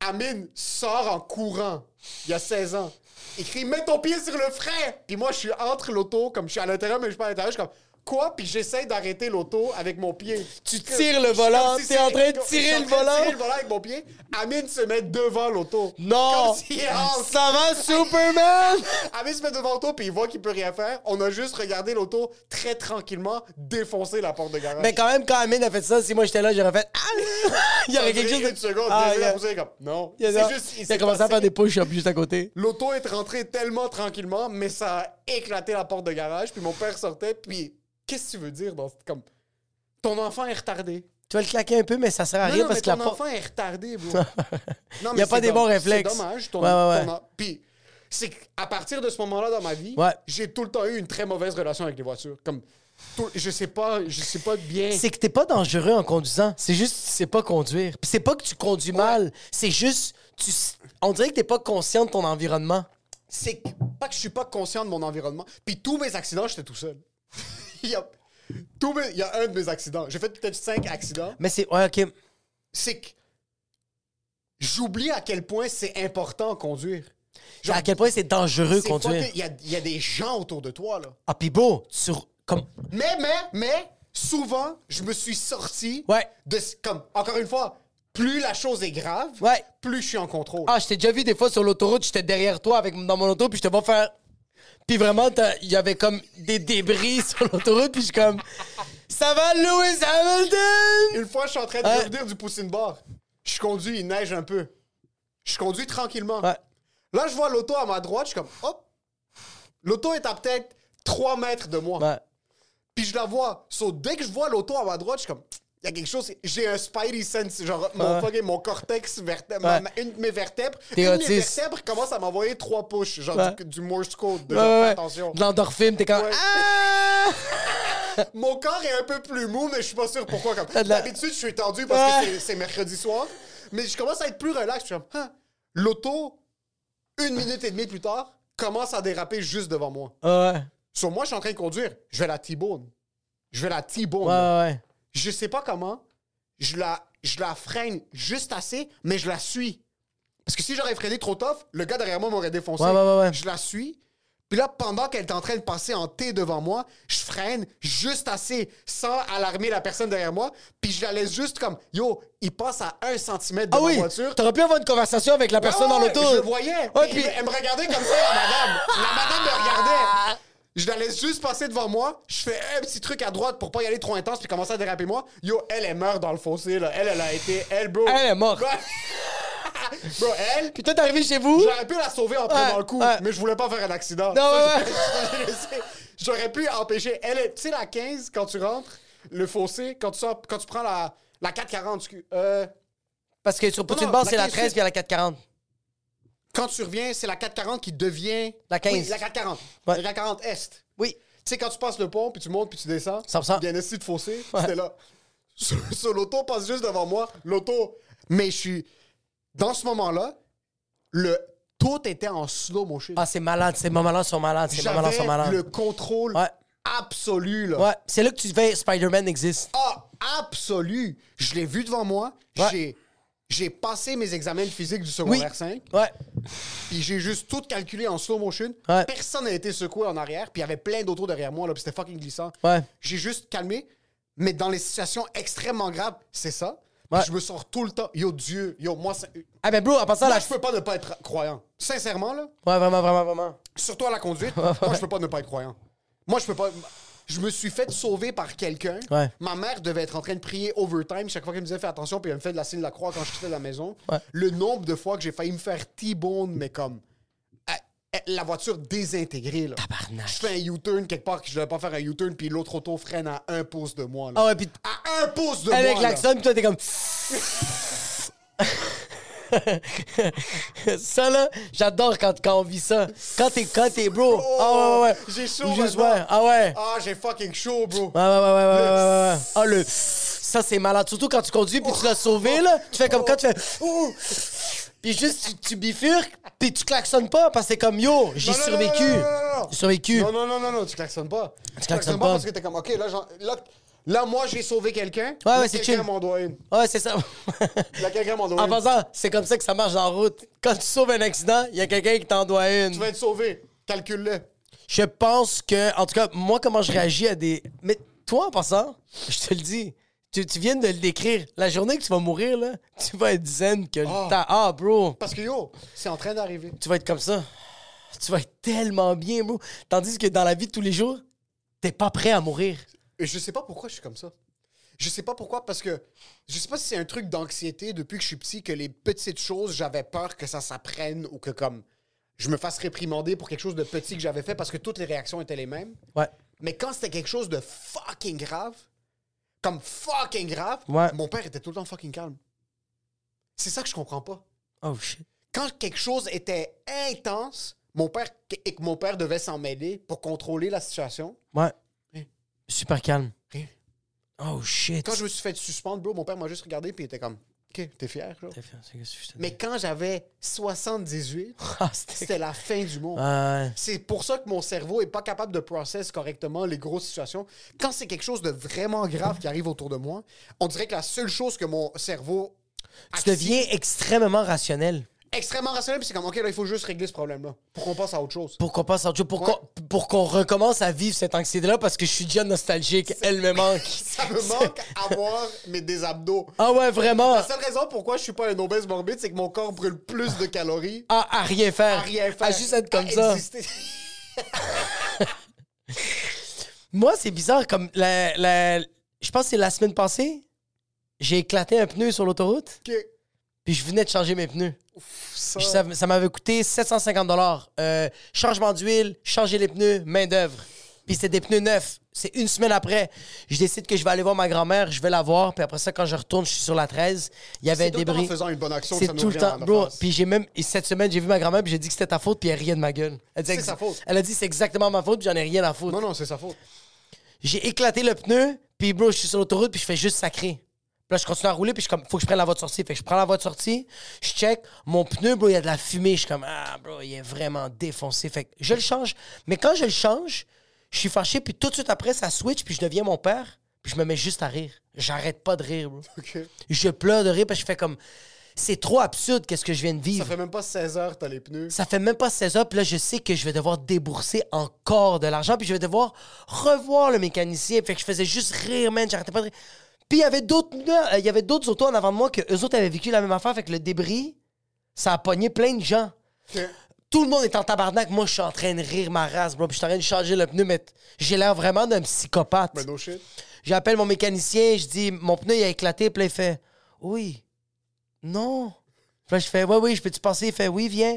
Speaker 3: Amine sort en courant, il y a 16 ans. Il crie, mets ton pied sur le frein! Puis moi, je suis entre l'auto, comme je suis à l'intérieur, mais je suis pas à l'intérieur, je suis comme, Quoi? Puis j'essaie d'arrêter l'auto avec mon pied.
Speaker 2: Tu tires le volant,
Speaker 3: Je suis
Speaker 2: t'es en
Speaker 3: comme si c'est-
Speaker 2: train de tirer
Speaker 3: je suis en
Speaker 2: le
Speaker 3: train de
Speaker 2: volant.
Speaker 3: tirer le volant avec mon pied. Amine se met devant l'auto.
Speaker 2: Non!
Speaker 3: Comme si- oh,
Speaker 2: ah, Ça va, Superman?
Speaker 3: Amine se met devant l'auto, puis il voit qu'il peut rien faire. On a juste regardé l'auto très tranquillement défoncer la porte de garage.
Speaker 2: Mais quand même, quand Amine a fait ça, si moi j'étais là, j'aurais fait. Ah! Il y
Speaker 3: Ça
Speaker 2: aurait
Speaker 3: a duré
Speaker 2: quelque chose.
Speaker 3: Une seconde,
Speaker 2: Ah,
Speaker 3: deux
Speaker 2: il y a-
Speaker 3: secondes, vous savez, comme, non.
Speaker 2: il y a-
Speaker 3: C'est juste, il
Speaker 2: il
Speaker 3: s'est
Speaker 2: a commencé à
Speaker 3: passé-
Speaker 2: faire des push-ups juste à côté.
Speaker 3: L'auto est rentrée tellement tranquillement, mais ça a éclaté la porte de garage. Puis mon père sortait, puis qu'est-ce que tu veux dire dans ce- comme ton enfant est retardé.
Speaker 2: Tu vas le claquer un peu, mais ça sert à
Speaker 3: Non,
Speaker 2: rien
Speaker 3: non,
Speaker 2: parce
Speaker 3: mais
Speaker 2: que la
Speaker 3: ton
Speaker 2: porte.
Speaker 3: enfant est retardé, bro.
Speaker 2: Il y a
Speaker 3: mais
Speaker 2: pas
Speaker 3: c'est
Speaker 2: des bons
Speaker 3: domm-
Speaker 2: réflexes.
Speaker 3: C'est dommage. Ton,
Speaker 2: Ouais, ouais, ouais.
Speaker 3: ton en- Puis, c'est qu'à partir de ce moment-là dans ma vie,
Speaker 2: Ouais.
Speaker 3: j'ai tout le temps eu une très mauvaise relation avec les voitures. Comme, tout- je sais pas, je sais pas bien.
Speaker 2: C'est que t'es pas dangereux en conduisant. C'est juste que tu sais pas conduire. Puis c'est pas que tu conduis mal. C'est juste. Tu... s- On dirait que t'es pas conscient de ton environnement.
Speaker 3: c'est que- pas que je suis pas conscient de mon environnement. Puis tous mes accidents, j'étais tout seul. Il y a, tous mes- il y a un de mes accidents. J'ai fait peut-être cinq accidents.
Speaker 2: Mais c'est. Ouais, ok.
Speaker 3: C'est que j'oublie à quel point c'est important conduire. Genre,
Speaker 2: À quel point c'est dangereux
Speaker 3: c'est
Speaker 2: conduire.
Speaker 3: fucking- Il y a, il y a des gens autour de toi, là.
Speaker 2: Ah, pis beau. Tu... r- Comme...
Speaker 3: Mais, mais, mais, souvent, je me suis sorti
Speaker 2: Ouais.
Speaker 3: de... ce- Comme, encore une fois, plus la chose est grave,
Speaker 2: Ouais.
Speaker 3: plus je suis en contrôle.
Speaker 2: Ah, je t'ai déjà vu des fois sur l'autoroute, j'étais derrière toi avec, dans mon auto, puis je te vois faire. Puis vraiment, t'as- il y avait comme des débris sur l'autoroute, puis je suis comme. Ça va, Lewis Hamilton?
Speaker 3: Une fois, je suis en train de
Speaker 2: Ouais.
Speaker 3: revenir du poutine bar. Je conduis, il neige un peu. Je conduis tranquillement.
Speaker 2: Ouais.
Speaker 3: Là, je vois l'auto à ma droite, je suis comme, hop! L'auto est à peut-être 3 mètres de moi.
Speaker 2: Ouais.
Speaker 3: Puis je la vois. So, dès que je vois l'auto à ma droite, je suis comme, il y a quelque chose. J'ai un spidey sense. Genre, mon,
Speaker 2: Ouais.
Speaker 3: fucking- mon cortex, verte- ma-
Speaker 2: Ouais.
Speaker 3: ma- une de mes vertèbres.
Speaker 2: T'es
Speaker 3: une de mes
Speaker 2: autiste.
Speaker 3: vertèbres commence à m'envoyer trois pushes. Genre,
Speaker 2: Ouais.
Speaker 3: du, du Morse code. De
Speaker 2: Ouais,
Speaker 3: genre,
Speaker 2: ouais,
Speaker 3: fais
Speaker 2: ouais.
Speaker 3: attention.
Speaker 2: De l'endorphine, t'es comme.
Speaker 3: Ouais.
Speaker 2: Ah!
Speaker 3: Mon corps est un peu plus mou, mais je suis pas sûr pourquoi. Comme...
Speaker 2: de la-
Speaker 3: D'habitude, je suis tendu parce que
Speaker 2: Ouais.
Speaker 3: c'est- c'est mercredi soir. Mais je commence à être plus relax. Je suis comme, Hein, l'auto, une minute et demie plus tard, commence à déraper juste devant moi.
Speaker 2: Ouais,
Speaker 3: Sur moi, je suis en train de conduire. Je vais la T-bone. Je vais la T-bone.
Speaker 2: ouais, ouais, Ah ouais.
Speaker 3: Je sais pas comment. Je la, je la freine juste assez, mais je la suis. Parce que si j'aurais freiné trop tough, le gars derrière moi m'aurait défoncé.
Speaker 2: Ouais, ouais, ouais, ouais.
Speaker 3: Je la suis. Puis là, pendant qu'elle est en train de passer en T devant moi, je freine juste assez sans alarmer la personne derrière moi. Puis je la laisse juste comme Yo, il passe à un centimètre de
Speaker 2: Ah
Speaker 3: ma
Speaker 2: oui,
Speaker 3: voiture.
Speaker 2: t'aurais pu avoir une conversation avec la personne
Speaker 3: Ouais, Ah ouais,
Speaker 2: dans
Speaker 3: Je le
Speaker 2: l'auto.
Speaker 3: voyais.
Speaker 2: Ouais,
Speaker 3: Puis
Speaker 2: puis-
Speaker 3: elle, me regardait comme ça, la madame. La madame me
Speaker 2: Ah.
Speaker 3: regardait. Je la laisse juste passer devant moi. Je fais un petit truc à droite pour pas y aller trop intense puis commencer à déraper moi. Yo, elle, elle meurt dans le fossé, là. Elle, elle a été... Elle, bro.
Speaker 2: Elle est morte.
Speaker 3: Bro, Bro, elle...
Speaker 2: Puis toi, t'es arrivé chez vous.
Speaker 3: J'aurais pu la sauver en prenant
Speaker 2: Ouais,
Speaker 3: le coup,
Speaker 2: ouais.
Speaker 3: mais je voulais pas faire un accident.
Speaker 2: Non,
Speaker 3: Ça,
Speaker 2: ouais,
Speaker 3: je- je l'ai laissé. J'aurais pu empêcher. Elle, est- tu sais, la 15, quand tu rentres, le fossé, quand tu, sors- quand tu prends la, la 440, excuse- euh,
Speaker 2: Parce que sur Poutine
Speaker 3: non,
Speaker 2: Bar,
Speaker 3: la
Speaker 2: c'est la
Speaker 3: 15,
Speaker 2: 13 puis à la 440.
Speaker 3: quand tu reviens, c'est la 440 qui devient.
Speaker 2: La 15.
Speaker 3: Oui, la 440.
Speaker 2: Ouais.
Speaker 3: La 440 Est.
Speaker 2: Oui.
Speaker 3: Tu sais, quand tu passes le pont, puis tu montes, puis tu descends.
Speaker 2: 100%.
Speaker 3: Bien ici de fossé, c'était là. Sur, sur l'auto passe juste devant moi. L'auto. Mais je suis. Dans ce moment-là, le tout était en slow motion.
Speaker 2: Ah, c'est malade, ces moments-là sont malades, ces moments-là sont
Speaker 3: J'avais
Speaker 2: malades.
Speaker 3: le contrôle
Speaker 2: Ouais.
Speaker 3: absolu, là.
Speaker 2: Ouais, c'est là que tu fais Spider-Man existe.
Speaker 3: Ah, absolu. Je l'ai vu devant moi.
Speaker 2: Ouais.
Speaker 3: J'ai. J'ai passé mes examens de physique du secondaire 5.
Speaker 2: Ouais.
Speaker 3: Puis j'ai juste tout calculé en slow motion.
Speaker 2: Ouais.
Speaker 3: Personne n'a été secoué en arrière. Puis il y avait plein d'autos derrière moi. là, Puis c'était fucking glissant.
Speaker 2: Ouais.
Speaker 3: J'ai juste calmé. Mais dans les situations extrêmement graves, c'est ça. Puis
Speaker 2: Ouais.
Speaker 3: Je me sors tout le temps. Yo Dieu, yo moi, ça-
Speaker 2: Ah, ben, bro, en passant à
Speaker 3: moi,
Speaker 2: la.
Speaker 3: je peux pas ne pas être croyant. Sincèrement là,
Speaker 2: Ouais, vraiment, vraiment, vraiment.
Speaker 3: surtout à la conduite, moi je peux pas ne pas être croyant. Moi je peux pas. Je me suis fait sauver par quelqu'un.
Speaker 2: Ouais.
Speaker 3: Ma mère devait être en train de prier overtime chaque fois qu'elle me disait fais attention, puis elle me fait de la signe de la croix quand je quittais la maison.
Speaker 2: Ouais.
Speaker 3: Le nombre de fois que j'ai failli me faire T-bone, mais comme à- à- la voiture désintégrée. Là. Je fais un U-turn quelque part que je devais pas faire un U-turn, puis l'autre auto freine à un pouce de moi. là.
Speaker 2: Ah ouais, puis
Speaker 3: À un pouce de
Speaker 2: elle avec
Speaker 3: moi. là.
Speaker 2: l'accent, puis toi, t'es comme. ça, là, j'adore quand, quand on vit ça. Quand t'es, quand t'es bro.
Speaker 3: Oh,
Speaker 2: ah ouais, ouais, ouais.
Speaker 3: J'ai chaud.
Speaker 2: Ou Juste,
Speaker 3: maintenant.
Speaker 2: ouais. Ah ouais.
Speaker 3: Ah, j'ai fucking chaud, bro.
Speaker 2: Ouais, ouais, ouais, ouais, ouais,
Speaker 3: Le-
Speaker 2: ouais, ouais, ouais. Ah, le. Ça, c'est malade. Surtout quand tu conduis, puis tu l'as sauvé, là. Tu fais
Speaker 3: Oh.
Speaker 2: comme quand tu fais. Ouh. Puis juste, tu, tu bifurques, puis tu klaxonnes pas, parce que c'est comme yo, j'ai
Speaker 3: Non, non,
Speaker 2: survécu.
Speaker 3: non, non, non, non, non.
Speaker 2: J'ai survécu.
Speaker 3: Non, non, non, non, non, tu klaxonnes pas. Tu
Speaker 2: klaxonnes pas.
Speaker 3: parce que t'es comme, OK, là, j'en- là, là, moi, j'ai sauvé quelqu'un.
Speaker 2: Ouais,
Speaker 3: Là,
Speaker 2: ouais, c'est chill.
Speaker 3: Quelqu'un m'en doit une.
Speaker 2: Ouais, c'est ça.
Speaker 3: Là, quelqu'un m'en doit
Speaker 2: En
Speaker 3: une.
Speaker 2: passant, c'est comme ça que ça marche en route. Quand tu sauves un accident, il y a quelqu'un qui t'en doit une.
Speaker 3: Tu vas être sauvé. Calcule-le.
Speaker 2: Je pense que, en tout cas, moi, comment je réagis à des. Mais toi, en passant, je te le dis, tu, tu viens de le décrire. La journée que tu vas mourir, là, tu vas être zen que le temps. Ah, bro,
Speaker 3: Parce que, yo, c'est en train d'arriver.
Speaker 2: tu vas être comme ça. Tu vas être tellement bien, bro. Tandis que dans la vie de tous les jours, t'es pas prêt à mourir.
Speaker 3: Et je sais pas pourquoi je suis comme ça. Je sais pas pourquoi, parce que je sais pas si c'est un truc d'anxiété depuis que je suis petit, que les petites choses, j'avais peur que ça s'apprenne ou que comme je me fasse réprimander pour quelque chose de petit que j'avais fait parce que toutes les réactions étaient les mêmes.
Speaker 2: Ouais.
Speaker 3: Mais quand c'était quelque chose de fucking grave, comme fucking grave,
Speaker 2: Ouais.
Speaker 3: mon père était tout le temps fucking calme. C'est ça que je comprends pas.
Speaker 2: Oh shit.
Speaker 3: Quand quelque chose était intense, Mon père, et que mon père devait s'en mêler pour contrôler la situation.
Speaker 2: Ouais. Super calme. Oh shit.
Speaker 3: Quand je me suis fait suspendre, bro, mon père m'a juste regardé puis il était comme, OK, t'es fier, là.
Speaker 2: T'as fait un- c'est que je te dis.
Speaker 3: Mais quand j'avais 78,
Speaker 2: Ah, c'était.
Speaker 3: c'était la fin du monde.
Speaker 2: Ouais.
Speaker 3: C'est pour ça que mon cerveau est pas capable de process correctement les grosses situations. Quand c'est quelque chose de vraiment grave qui arrive autour de moi, on dirait que la seule chose que mon cerveau
Speaker 2: Tu
Speaker 3: active-
Speaker 2: deviens extrêmement rationnel.
Speaker 3: extrêmement rationnel, puis c'est comme ok là il faut juste régler ce problème là pour qu'on passe à autre chose.
Speaker 2: Pour qu'on passe en pour qu'on- pour qu'on recommence à vivre cette anxiété-là parce que je suis déjà nostalgique. Elle me manque.
Speaker 3: Ça me manque avoir mes des abdos.
Speaker 2: Ah ouais, vraiment.
Speaker 3: La seule raison pourquoi je suis pas un obèse morbide, c'est que mon corps brûle plus de calories
Speaker 2: Ah, à rien faire.
Speaker 3: à rien faire, Ah,
Speaker 2: À Ah, juste être comme
Speaker 3: à
Speaker 2: ça.
Speaker 3: exister.
Speaker 2: Moi, c'est bizarre. Comme la, la- je pense que c'est la semaine passée, j'ai éclaté un pneu sur l'autoroute,
Speaker 3: Ok,
Speaker 2: puis je venais de changer mes pneus.
Speaker 3: ça.
Speaker 2: Je savais- ça m'avait coûté 750 dollars. Euh, changement d'huile, changer les pneus, main d'œuvre. Puis c'était des pneus neufs. C'est une semaine après. Je décide que je vais aller voir ma grand-mère, je vais la voir. Puis après ça, quand je retourne, je suis sur la 13. Il y avait
Speaker 3: C'est tout
Speaker 2: des
Speaker 3: le temps en
Speaker 2: bris.
Speaker 3: faisant une bonne action que
Speaker 2: C'est
Speaker 3: ça nous
Speaker 2: tout le
Speaker 3: revient
Speaker 2: temps,
Speaker 3: en
Speaker 2: bro.
Speaker 3: face.
Speaker 2: Puis j'ai même, et cette semaine, j'ai vu ma grand-mère, puis j'ai dit que c'était ta faute, puis elle riait de ma gueule. Elle dit,
Speaker 3: C'est sa faute.
Speaker 2: Elle a dit, c'est exactement ma faute, puis j'en ai rien à foutre.
Speaker 3: Non non c'est sa faute.
Speaker 2: J'ai éclaté le pneu, puis bro, je suis sur l'autoroute, puis je fais juste sacré. Puis là, je continue à rouler, puis je suis comme, faut que je prenne la voie de sortie. Fait que je prends la voie de sortie, je check, mon pneu, bro, il y a de la fumée. Je suis comme, ah, bro, il est vraiment défoncé. Fait que je le change. Mais quand je le change, je suis fâché, puis tout de suite après, ça switch, puis je deviens mon père, puis je me mets juste à rire. J'arrête pas de rire, bro. Je pleure de rire, parce que je fais comme, c'est trop absurde qu'est-ce que je viens de vivre.
Speaker 3: Ça fait même pas 16 heures t'as les pneus.
Speaker 2: Ça fait même pas 16 heures, puis là, je sais que je vais devoir débourser encore de l'argent, puis je vais devoir revoir le mécanicien. Fait que je faisais juste rire, man, j'arrêtais pas de rire. Puis il y avait d'autres euh, il y avait d'autres autos en avant de moi que eux autres avaient vécu la même affaire, fait que le débris, ça a pogné plein de gens. Tout le monde est en tabarnak, moi je suis en train de rire ma race, bro, puis je suis en train de changer le pneu, mais t- j'ai l'air vraiment d'un psychopathe.
Speaker 3: No shit.
Speaker 2: J'appelle mon mécanicien, je dis mon pneu il a éclaté, puis là, il fait oui, non. Puis là, je fais ouais, oui, je peux-tu passer? Il fait oui, viens.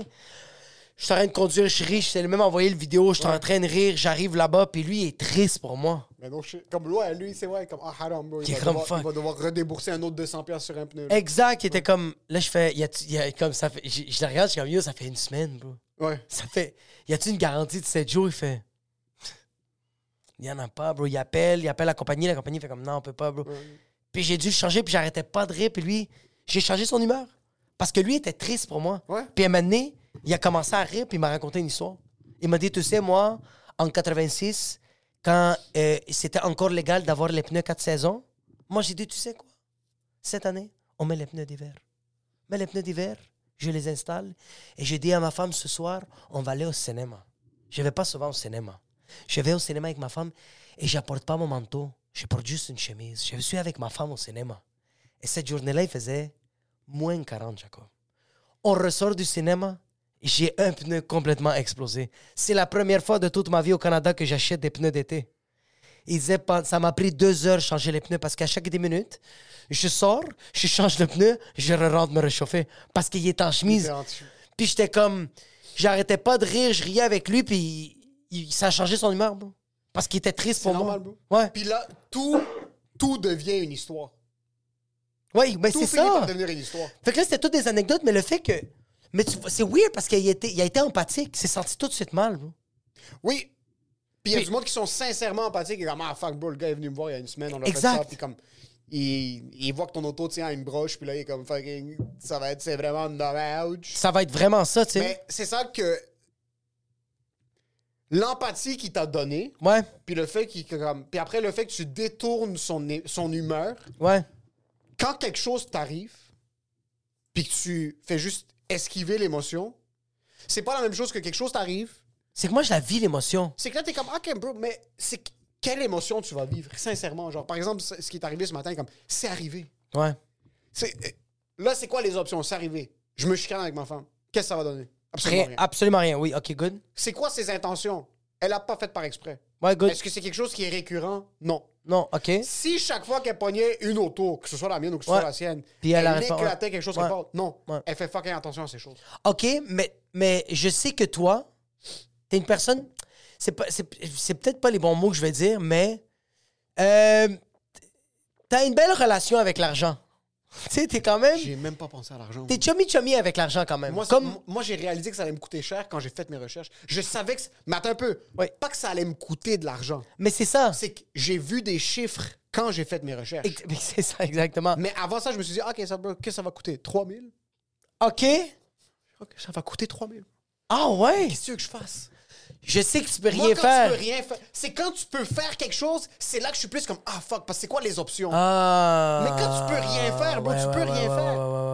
Speaker 2: Je suis en train de conduire, je ris, je t'ai même envoyé le vidéo, je suis en train de rire, j'arrive là-bas, puis lui il est triste pour moi.
Speaker 3: Mais no shit. Comme ouais lui c'est ouais comme ah haram bro.
Speaker 2: Qui
Speaker 3: Il
Speaker 2: est
Speaker 3: va,
Speaker 2: comme
Speaker 3: devoir, il
Speaker 2: fuck.
Speaker 3: va devoir redébourser un autre 200 pièces sur un pneu. là.
Speaker 2: Exact, il était comme là je fais y a, y a- comme ça fait, je, je le regarde, je suis comme yo, ça fait une semaine, bro.
Speaker 3: Ouais.
Speaker 2: Ça fait y a-tu une garantie de 7 jours? Il fait y en a pas, bro. Il appelle, il appelle la compagnie, la compagnie fait comme non, on peut pas, bro. Puis j'ai dû le changer, puis j'arrêtais pas de rire. Puis lui, j'ai changé son humeur. Parce que lui était triste pour moi.
Speaker 3: Ouais.
Speaker 2: Puis à un moment donné, il a commencé à rire, puis il m'a raconté une histoire. Il m'a dit, tu sais, moi, en 86, quand euh, c'était encore légal d'avoir les pneus 4 saisons, moi, j'ai dit, tu sais quoi? Cette année, on met les pneus d'hiver. Mais les pneus d'hiver, je les installe et je dis à ma femme ce soir, on va aller au cinéma. Je vais pas souvent au cinéma. Je vais au cinéma avec ma femme et j'apporte pas mon manteau. Je porte juste une chemise. Je suis avec ma femme au cinéma. Et cette journée-là, il faisait moins 40, Jacob. On ressort du cinéma, j'ai un pneu complètement explosé. C'est la première fois de toute ma vie au Canada que j'achète des pneus d'été. Il disait, pen- ça m'a pris deux heures de changer les pneus parce qu'à chaque 10 minutes, je sors, je change le pneu, je rentre me réchauffer parce qu'il est en chemise. Puis j'étais comme, j'arrêtais pas de rire, je riais avec lui, puis il- ça a changé son humeur, bro. Parce qu'il était triste
Speaker 3: C'est
Speaker 2: pour
Speaker 3: normal
Speaker 2: moi.
Speaker 3: bro.
Speaker 2: Ouais.
Speaker 3: Puis là tout tout devient une histoire.
Speaker 2: Oui, ben
Speaker 3: Tout
Speaker 2: c'est
Speaker 3: finit
Speaker 2: ça.
Speaker 3: par devenir une histoire.
Speaker 2: Fait que là, c'était toutes des anecdotes, mais le fait que. Mais tu vois, c'est weird parce qu'il a été, il a été empathique. Il s'est senti tout de suite mal, bro.
Speaker 3: Oui. Puis il y a
Speaker 2: Oui.
Speaker 3: du monde qui sont sincèrement empathiques et comme Ah fuck bro, le gars est venu me voir il y a une semaine, on a
Speaker 2: Exact.
Speaker 3: fait ça. Puis comme il, il voit que ton auto tient à une broche, puis là il est comme fucking ça va être c'est vraiment dommage.
Speaker 2: Ça va être vraiment ça, tu sais.
Speaker 3: Mais c'est ça que l'empathie qu'il t'a donnée,
Speaker 2: Ouais,
Speaker 3: puis le fait qu'il comme puis après le fait que tu détournes son, é- son humeur,
Speaker 2: ouais.
Speaker 3: quand quelque chose t'arrive, puis que tu fais juste esquiver l'émotion, c'est pas la même chose que quelque chose t'arrive
Speaker 2: C'est que moi, je la vis, l'émotion.
Speaker 3: c'est que là, t'es comme, OK, bro, mais c'est que- quelle émotion tu vas vivre, sincèrement. Genre, par exemple, ce ce qui est arrivé ce matin, comme, c'est arrivé.
Speaker 2: Ouais.
Speaker 3: C'est- euh, Là, c'est quoi les options? C'est arrivé. Je me chicane avec ma femme. Qu'est-ce que ça va donner? Absolument
Speaker 2: Rien,
Speaker 3: rien.
Speaker 2: absolument rien. Oui, ok, good.
Speaker 3: C'est quoi ses intentions? Elle l'a pas fait par exprès.
Speaker 2: Ouais, good.
Speaker 3: Est-ce que c'est quelque chose qui est récurrent? Non.
Speaker 2: Non, ok.
Speaker 3: Si chaque fois qu'elle pognait une auto, que ce soit la mienne ou que ce
Speaker 2: Ouais.
Speaker 3: soit la sienne,
Speaker 2: Puis elle
Speaker 3: elle,
Speaker 2: arrête pas,
Speaker 3: éclatait
Speaker 2: ouais.
Speaker 3: quelque chose
Speaker 2: Ouais.
Speaker 3: quelque part, non.
Speaker 2: Ouais.
Speaker 3: Elle fait fucking attention à ces choses.
Speaker 2: Ok, mais, mais je sais que toi, t'es une personne. C'est, pas, c'est, c'est peut-être pas les bons mots que je vais dire, mais. Euh, t'as une belle relation avec l'argent. Tu sais, t'es quand même.
Speaker 3: J'ai même pas pensé à l'argent.
Speaker 2: T'es chummy-chummy avec l'argent quand même.
Speaker 3: Moi,
Speaker 2: Comme...
Speaker 3: Comme... moi j'ai réalisé que ça allait me coûter cher quand j'ai fait mes recherches. Je savais que. c- Mais attends un peu.
Speaker 2: Ouais.
Speaker 3: Pas que ça allait me coûter de l'argent.
Speaker 2: Mais c'est ça.
Speaker 3: C'est que j'ai vu des chiffres quand j'ai fait mes recherches.
Speaker 2: Ex- mais C'est ça, exactement.
Speaker 3: Mais avant ça, je me suis dit, Ah, OK, ça va, que ça va coûter 3 000
Speaker 2: OK.
Speaker 3: OK, ça va coûter 3 000
Speaker 2: Ah ouais.
Speaker 3: Qu'est-ce que tu veux que je fasse
Speaker 2: Je sais que tu peux
Speaker 3: Moi,
Speaker 2: rien
Speaker 3: quand
Speaker 2: faire.
Speaker 3: tu peux rien faire. C'est quand tu peux faire quelque chose, c'est là que je suis plus comme Ah, fuck, parce que c'est quoi les options
Speaker 2: Ah.
Speaker 3: Mais quand tu peux rien faire, bro, tu peux rien faire.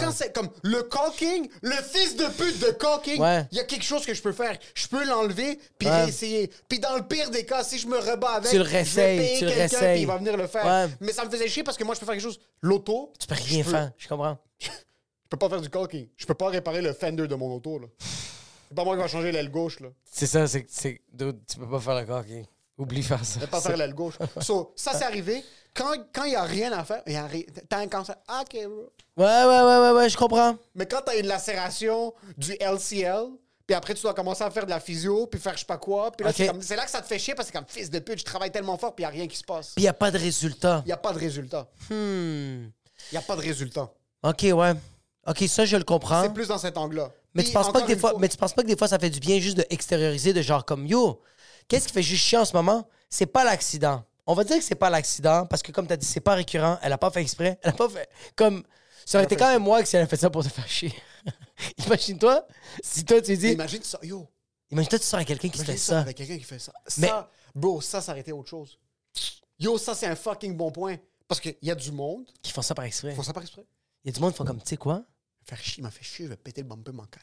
Speaker 3: Quand c'est comme le caulking, le fils de pute de caulking, il
Speaker 2: Ouais.
Speaker 3: y a quelque chose que je peux faire. Je peux l'enlever puis
Speaker 2: Ouais.
Speaker 3: réessayer. Puis dans le pire des cas, si je me rebats avec,
Speaker 2: Tu le
Speaker 3: je vais
Speaker 2: réessayes,
Speaker 3: payer
Speaker 2: tu le
Speaker 3: quelqu'un,
Speaker 2: réessayes.
Speaker 3: puis il va venir le faire.
Speaker 2: Ouais.
Speaker 3: Mais ça me faisait chier parce que moi, je peux faire quelque chose. L'auto,
Speaker 2: Tu peux rien faire, je comprends.
Speaker 3: je peux pas faire du caulking. Je peux pas réparer le fender de mon auto. là. C'est pas moi qui va changer l'aile gauche. là.
Speaker 2: C'est ça, c'est c'est dude, tu peux pas faire le coquille. Oublie faire ça.
Speaker 3: Pas faire l'aile gauche. So, ça, c'est arrivé. Quand il n'y a rien à faire, il y a ri- t'as un cancer. Ah, OK, bro.
Speaker 2: Ouais, ouais, ouais, ouais, ouais, je comprends.
Speaker 3: Mais quand t'as une lacération du LCL, puis après tu dois commencer à faire de la physio, puis faire je sais pas quoi, puis là
Speaker 2: Ok.
Speaker 3: c'est comme- c'est là que ça te fait chier parce que c'est comme fils de pute, je travaille tellement fort, puis y a rien qui se passe.
Speaker 2: Puis y a pas de résultat.
Speaker 3: Y a pas de résultat.
Speaker 2: Hmm.
Speaker 3: Y a pas de résultat.
Speaker 2: OK, ouais. OK, ça je le comprends.
Speaker 3: C'est plus dans cet angle-là.
Speaker 2: Hein? Mais tu
Speaker 3: Puis,
Speaker 2: penses pas que
Speaker 3: encore
Speaker 2: des
Speaker 3: une
Speaker 2: fois mais tu penses pas que des fois ça fait du bien juste de extérioriser de genre comme yo. Qu'est-ce qui fait juste chier en ce moment C'est pas l'accident. On va dire que c'est pas l'accident parce que comme tu as dit c'est pas récurrent, elle a pas fait exprès, elle a pas fait comme ça aurait été quand même moi que si elle a fait ça pour te faire chier. Imagine-toi si toi tu dis
Speaker 3: Imagine ça, yo.
Speaker 2: Imagine-toi tu sors à quelqu'un qui te fait
Speaker 3: Imagine ça,
Speaker 2: ça.
Speaker 3: avec quelqu'un qui fait ça.
Speaker 2: Mais-
Speaker 3: Ça, bro, ça, ça aurait été autre chose. Yo, ça, c'est un fucking bon point. Parce qu'il y a du monde,
Speaker 2: qui font ça par exprès.
Speaker 3: faut ça par exprès.
Speaker 2: Il y a du monde qui font comme, tu sais quoi?
Speaker 3: Faire chier, il m'a fait chier, je vais péter le bumper mancal.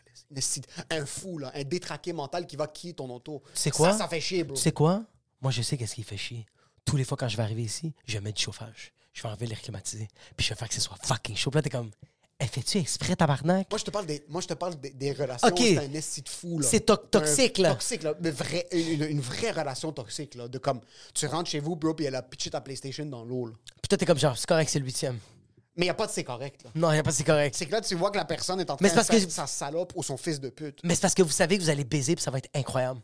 Speaker 3: Un fou, là, un détraqué mental qui va quitter ton auto.
Speaker 2: C'est quoi?
Speaker 3: Ça, ça fait chier, bro.
Speaker 2: Tu sais quoi? Moi, je sais qu'est-ce qui fait chier. Tous les fois, quand je vais arriver ici, je vais mettre du chauffage. Je vais enlever l'air climatisé. Puis je vais faire que ce soit fucking chaud. Puis là, t'es comme, elle fait-tu exprès, tabarnak?
Speaker 3: Moi, je te parle des, moi, je te parle des, des relations.
Speaker 2: Ok.
Speaker 3: C'est un esti de fou. là.
Speaker 2: C'est to-
Speaker 3: Un
Speaker 2: toxique, là.
Speaker 3: Toxique, là. Mais vrai, une, une vraie relation toxique, là. De comme, tu rentres chez vous, bro, puis elle a pitché ta PlayStation dans l'eau, là.
Speaker 2: Puis toi, t'es comme, genre, c'est correct, c'est le huitième.
Speaker 3: Mais il n'y a pas de c'est correct, là.
Speaker 2: Non, y a pas c'est correct.
Speaker 3: C'est que là, tu vois que la personne est en train
Speaker 2: Mais
Speaker 3: de
Speaker 2: c'est
Speaker 3: faire
Speaker 2: parce que- Mm,
Speaker 3: sa salope ou son fils de pute.
Speaker 2: Mais c'est parce que vous savez que vous allez baiser, puis ça va être incroyable.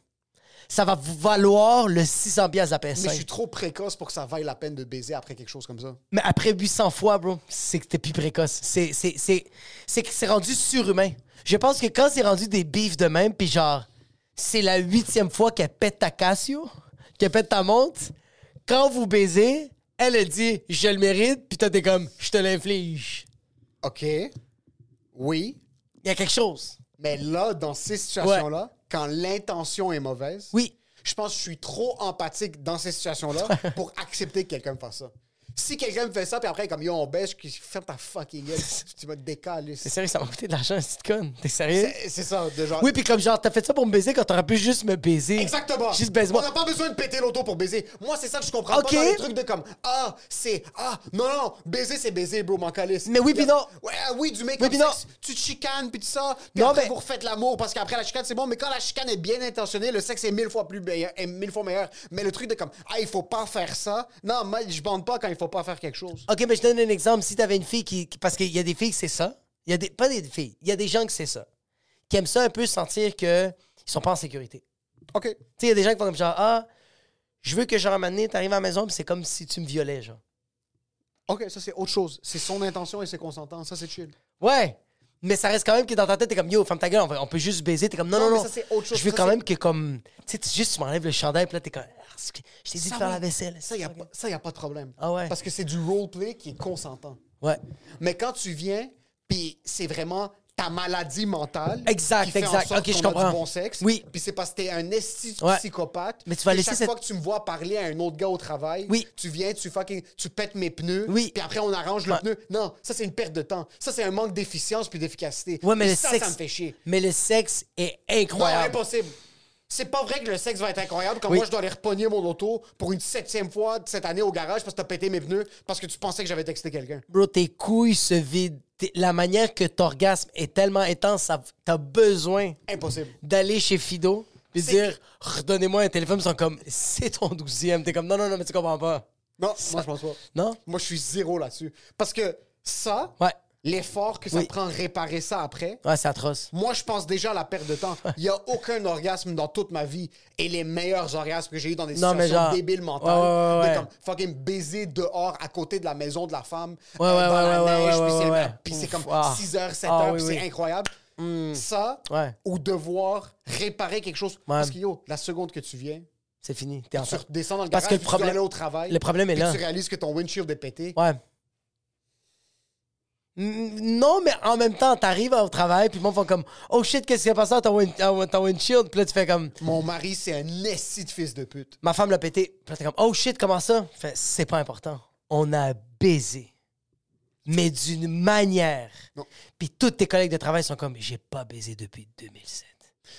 Speaker 2: Ça va vous valoir le 600 piastres de la PS5.
Speaker 3: Mais
Speaker 2: Mais,
Speaker 3: je suis trop précoce pour que ça vaille la peine de baiser après quelque chose comme ça.
Speaker 2: après 800 fois, bro, c'est que t'es plus précoce. C'est, c'est, c'est, c'est que c'est rendu surhumain. Je pense que quand c'est rendu des beefs de même, puis genre, c'est la huitième fois qu'elle pète ta Casio, qu'elle pète ta montre. Quand vous baisez, elle elle dit je le mérite, puis toi t'es comme je te l'inflige.
Speaker 3: OK. Oui.
Speaker 2: Il y a quelque chose.
Speaker 3: Mais là, dans ces situations-là, quand l'intention est mauvaise,
Speaker 2: Oui.
Speaker 3: je pense que je suis trop empathique dans ces situations-là pour accepter que quelqu'un me fasse ça. Si quelqu'un me fait ça, puis après, comme yo, on baisse, je suis- ferme ta fucking gueule, tu vas te décaler.
Speaker 2: T'es
Speaker 3: C'est
Speaker 2: sérieux, ça m'a coûté de l'argent, petite conne. T'es sérieux?
Speaker 3: c'est ça, de genre.
Speaker 2: Oui, puis comme genre, t'as fait ça pour me baiser quand t'aurais pu juste me baiser.
Speaker 3: Exactement.
Speaker 2: Juste
Speaker 3: on
Speaker 2: baise-moi.
Speaker 3: n'a pas besoin de péter l'auto pour baiser. Moi, c'est ça que je comprends
Speaker 2: Ok.
Speaker 3: pas dans les trucs de comme ah, c'est ah, non non, baiser c'est baiser, bro, mon calice.
Speaker 2: Mais oui, puis non.
Speaker 3: Ouais, ah, oui, du mec
Speaker 2: Oui,
Speaker 3: comme
Speaker 2: puis non.
Speaker 3: sexe, tu te chicanes puis tout ça, puis
Speaker 2: Non,
Speaker 3: après
Speaker 2: mais-
Speaker 3: vous refaites l'amour parce qu'après la chicane c'est bon, mais quand la chicane est bien intentionnée, le sexe est mille fois plus meilleur, est mille fois meilleur. Mais le truc de comme ah, il faut pas faire ça. Non, moi je bande pas quand il faut pas faire quelque chose.
Speaker 2: OK, mais je donne un exemple. Si t'avais une fille qui. qui- Parce qu'il y a des filles que c'est ça. Il y a des, pas des filles. Il y a des gens que c'est ça. Qui aiment ça un peu sentir qu'ils sont pas en sécurité.
Speaker 3: OK.
Speaker 2: Tu sais, il y a des gens qui font comme genre, ah, je veux que genre, tu t'arrives à la maison, puis c'est comme si tu me violais, genre.
Speaker 3: OK, ça c'est autre chose. C'est son intention et ses consentants, ça c'est chill.
Speaker 2: Ouais! Mais ça reste quand même que dans ta tête, t'es comme, yo, ferme ta gueule, on, va- on peut juste baiser. T'es comme, non,
Speaker 3: Non,
Speaker 2: non, non.
Speaker 3: mais ça, c'est autre chose.
Speaker 2: Je veux
Speaker 3: Ça,
Speaker 2: quand
Speaker 3: c'est-
Speaker 2: même que, comme, tu sais, tu- juste, tu m'enlèves le chandail, puis là, t'es comme, Ah, c'est que- je t'ai dit de faire
Speaker 3: oui.
Speaker 2: la vaisselle.
Speaker 3: Ça, il n'y a, pas- ça, y a pas de problème.
Speaker 2: Ah ouais.
Speaker 3: Parce que c'est du roleplay qui est consentant.
Speaker 2: Ouais.
Speaker 3: Mais quand tu viens, puis c'est vraiment ta maladie mentale.
Speaker 2: Exact,
Speaker 3: qui fait en
Speaker 2: exact.
Speaker 3: sorte
Speaker 2: Ok, je
Speaker 3: qu'on a
Speaker 2: comprends.
Speaker 3: Du bon sexe.
Speaker 2: Oui.
Speaker 3: Puis c'est parce que t'es un esti de
Speaker 2: Ouais.
Speaker 3: psychopathe.
Speaker 2: Mais tu vas
Speaker 3: puis
Speaker 2: laisser
Speaker 3: chaque
Speaker 2: cette-
Speaker 3: fois que tu me vois parler à un autre gars au travail,
Speaker 2: Oui.
Speaker 3: tu viens, tu fucking, tu pètes mes pneus.
Speaker 2: Oui.
Speaker 3: Puis après on arrange le
Speaker 2: Ouais.
Speaker 3: pneu. Non, ça c'est une perte de temps. Ça c'est un manque d'efficience puis d'efficacité.
Speaker 2: Ouais, mais
Speaker 3: Puis
Speaker 2: le
Speaker 3: ça,
Speaker 2: sexe.
Speaker 3: ça me fait chier.
Speaker 2: Mais le sexe est
Speaker 3: Non,
Speaker 2: incroyable.
Speaker 3: impossible. C'est pas vrai que le sexe va être incroyable quand
Speaker 2: Oui.
Speaker 3: moi je dois aller repogner mon auto pour une septième fois cette année au garage parce que t'as pété mes pneus parce que tu pensais que j'avais texté quelqu'un.
Speaker 2: Bro, tes couilles se vident. T'es- La manière que t'orgasmes est tellement intense, ça- t'as besoin
Speaker 3: Impossible.
Speaker 2: d'aller chez Fido et
Speaker 3: C'est-
Speaker 2: dire redonnez-moi un téléphone. Ils sont comme c'est ton douzième. T'es comme non, non, non, mais tu comprends pas.
Speaker 3: Non, moi je pense pas.
Speaker 2: Non?
Speaker 3: Moi je suis zéro là-dessus. Parce que ça,
Speaker 2: Ouais.
Speaker 3: l'effort que ça
Speaker 2: Oui.
Speaker 3: prend réparer ça après.
Speaker 2: Ouais, c'est atroce.
Speaker 3: Moi, je pense déjà à la perte de temps. Il n'y a aucun orgasme dans toute ma vie. Et les meilleurs orgasmes que j'ai eu dans des
Speaker 2: Non, mais
Speaker 3: situations
Speaker 2: genre-
Speaker 3: débiles
Speaker 2: Ouais,
Speaker 3: mentales,
Speaker 2: ouais, ouais,
Speaker 3: de
Speaker 2: ouais.
Speaker 3: comme fucking baiser dehors à côté de la maison de la femme,
Speaker 2: Ouais, ouais,
Speaker 3: euh, dans
Speaker 2: ouais,
Speaker 3: la
Speaker 2: ouais,
Speaker 3: neige,
Speaker 2: ouais,
Speaker 3: puis c'est
Speaker 2: ouais,
Speaker 3: le-
Speaker 2: ouais.
Speaker 3: puis c'est
Speaker 2: Ouf,
Speaker 3: comme
Speaker 2: ah.
Speaker 3: 6 h 7
Speaker 2: Ah,
Speaker 3: h
Speaker 2: oui,
Speaker 3: c'est
Speaker 2: oui. Hmm.
Speaker 3: incroyable. Ça,
Speaker 2: Ouais.
Speaker 3: ou devoir réparer quelque chose. Parce que yo, la seconde que tu viens,
Speaker 2: C'est fini. T'es en
Speaker 3: tu redescends dans le
Speaker 2: Parce
Speaker 3: garage,
Speaker 2: que le
Speaker 3: puis tu
Speaker 2: problème-
Speaker 3: dois aller au travail.
Speaker 2: le problème est
Speaker 3: puis
Speaker 2: là.
Speaker 3: tu réalises que ton windshield est pété.
Speaker 2: Ouais. Mm, Non, mais en même temps, t'arrives au travail, puis le monde font comme Oh shit, qu'est-ce qui s'est passé à ton, win- à ton windshield? Puis là, tu fais comme
Speaker 3: Mon mari, c'est un esti de fils de pute.
Speaker 2: Ma femme l'a pété. Puis là, t'es comme Oh shit, comment ça? Fait C'est pas important. On a baisé. Mais d'une manière. Puis tous tes collègues de travail sont comme J'ai pas baisé depuis 2007.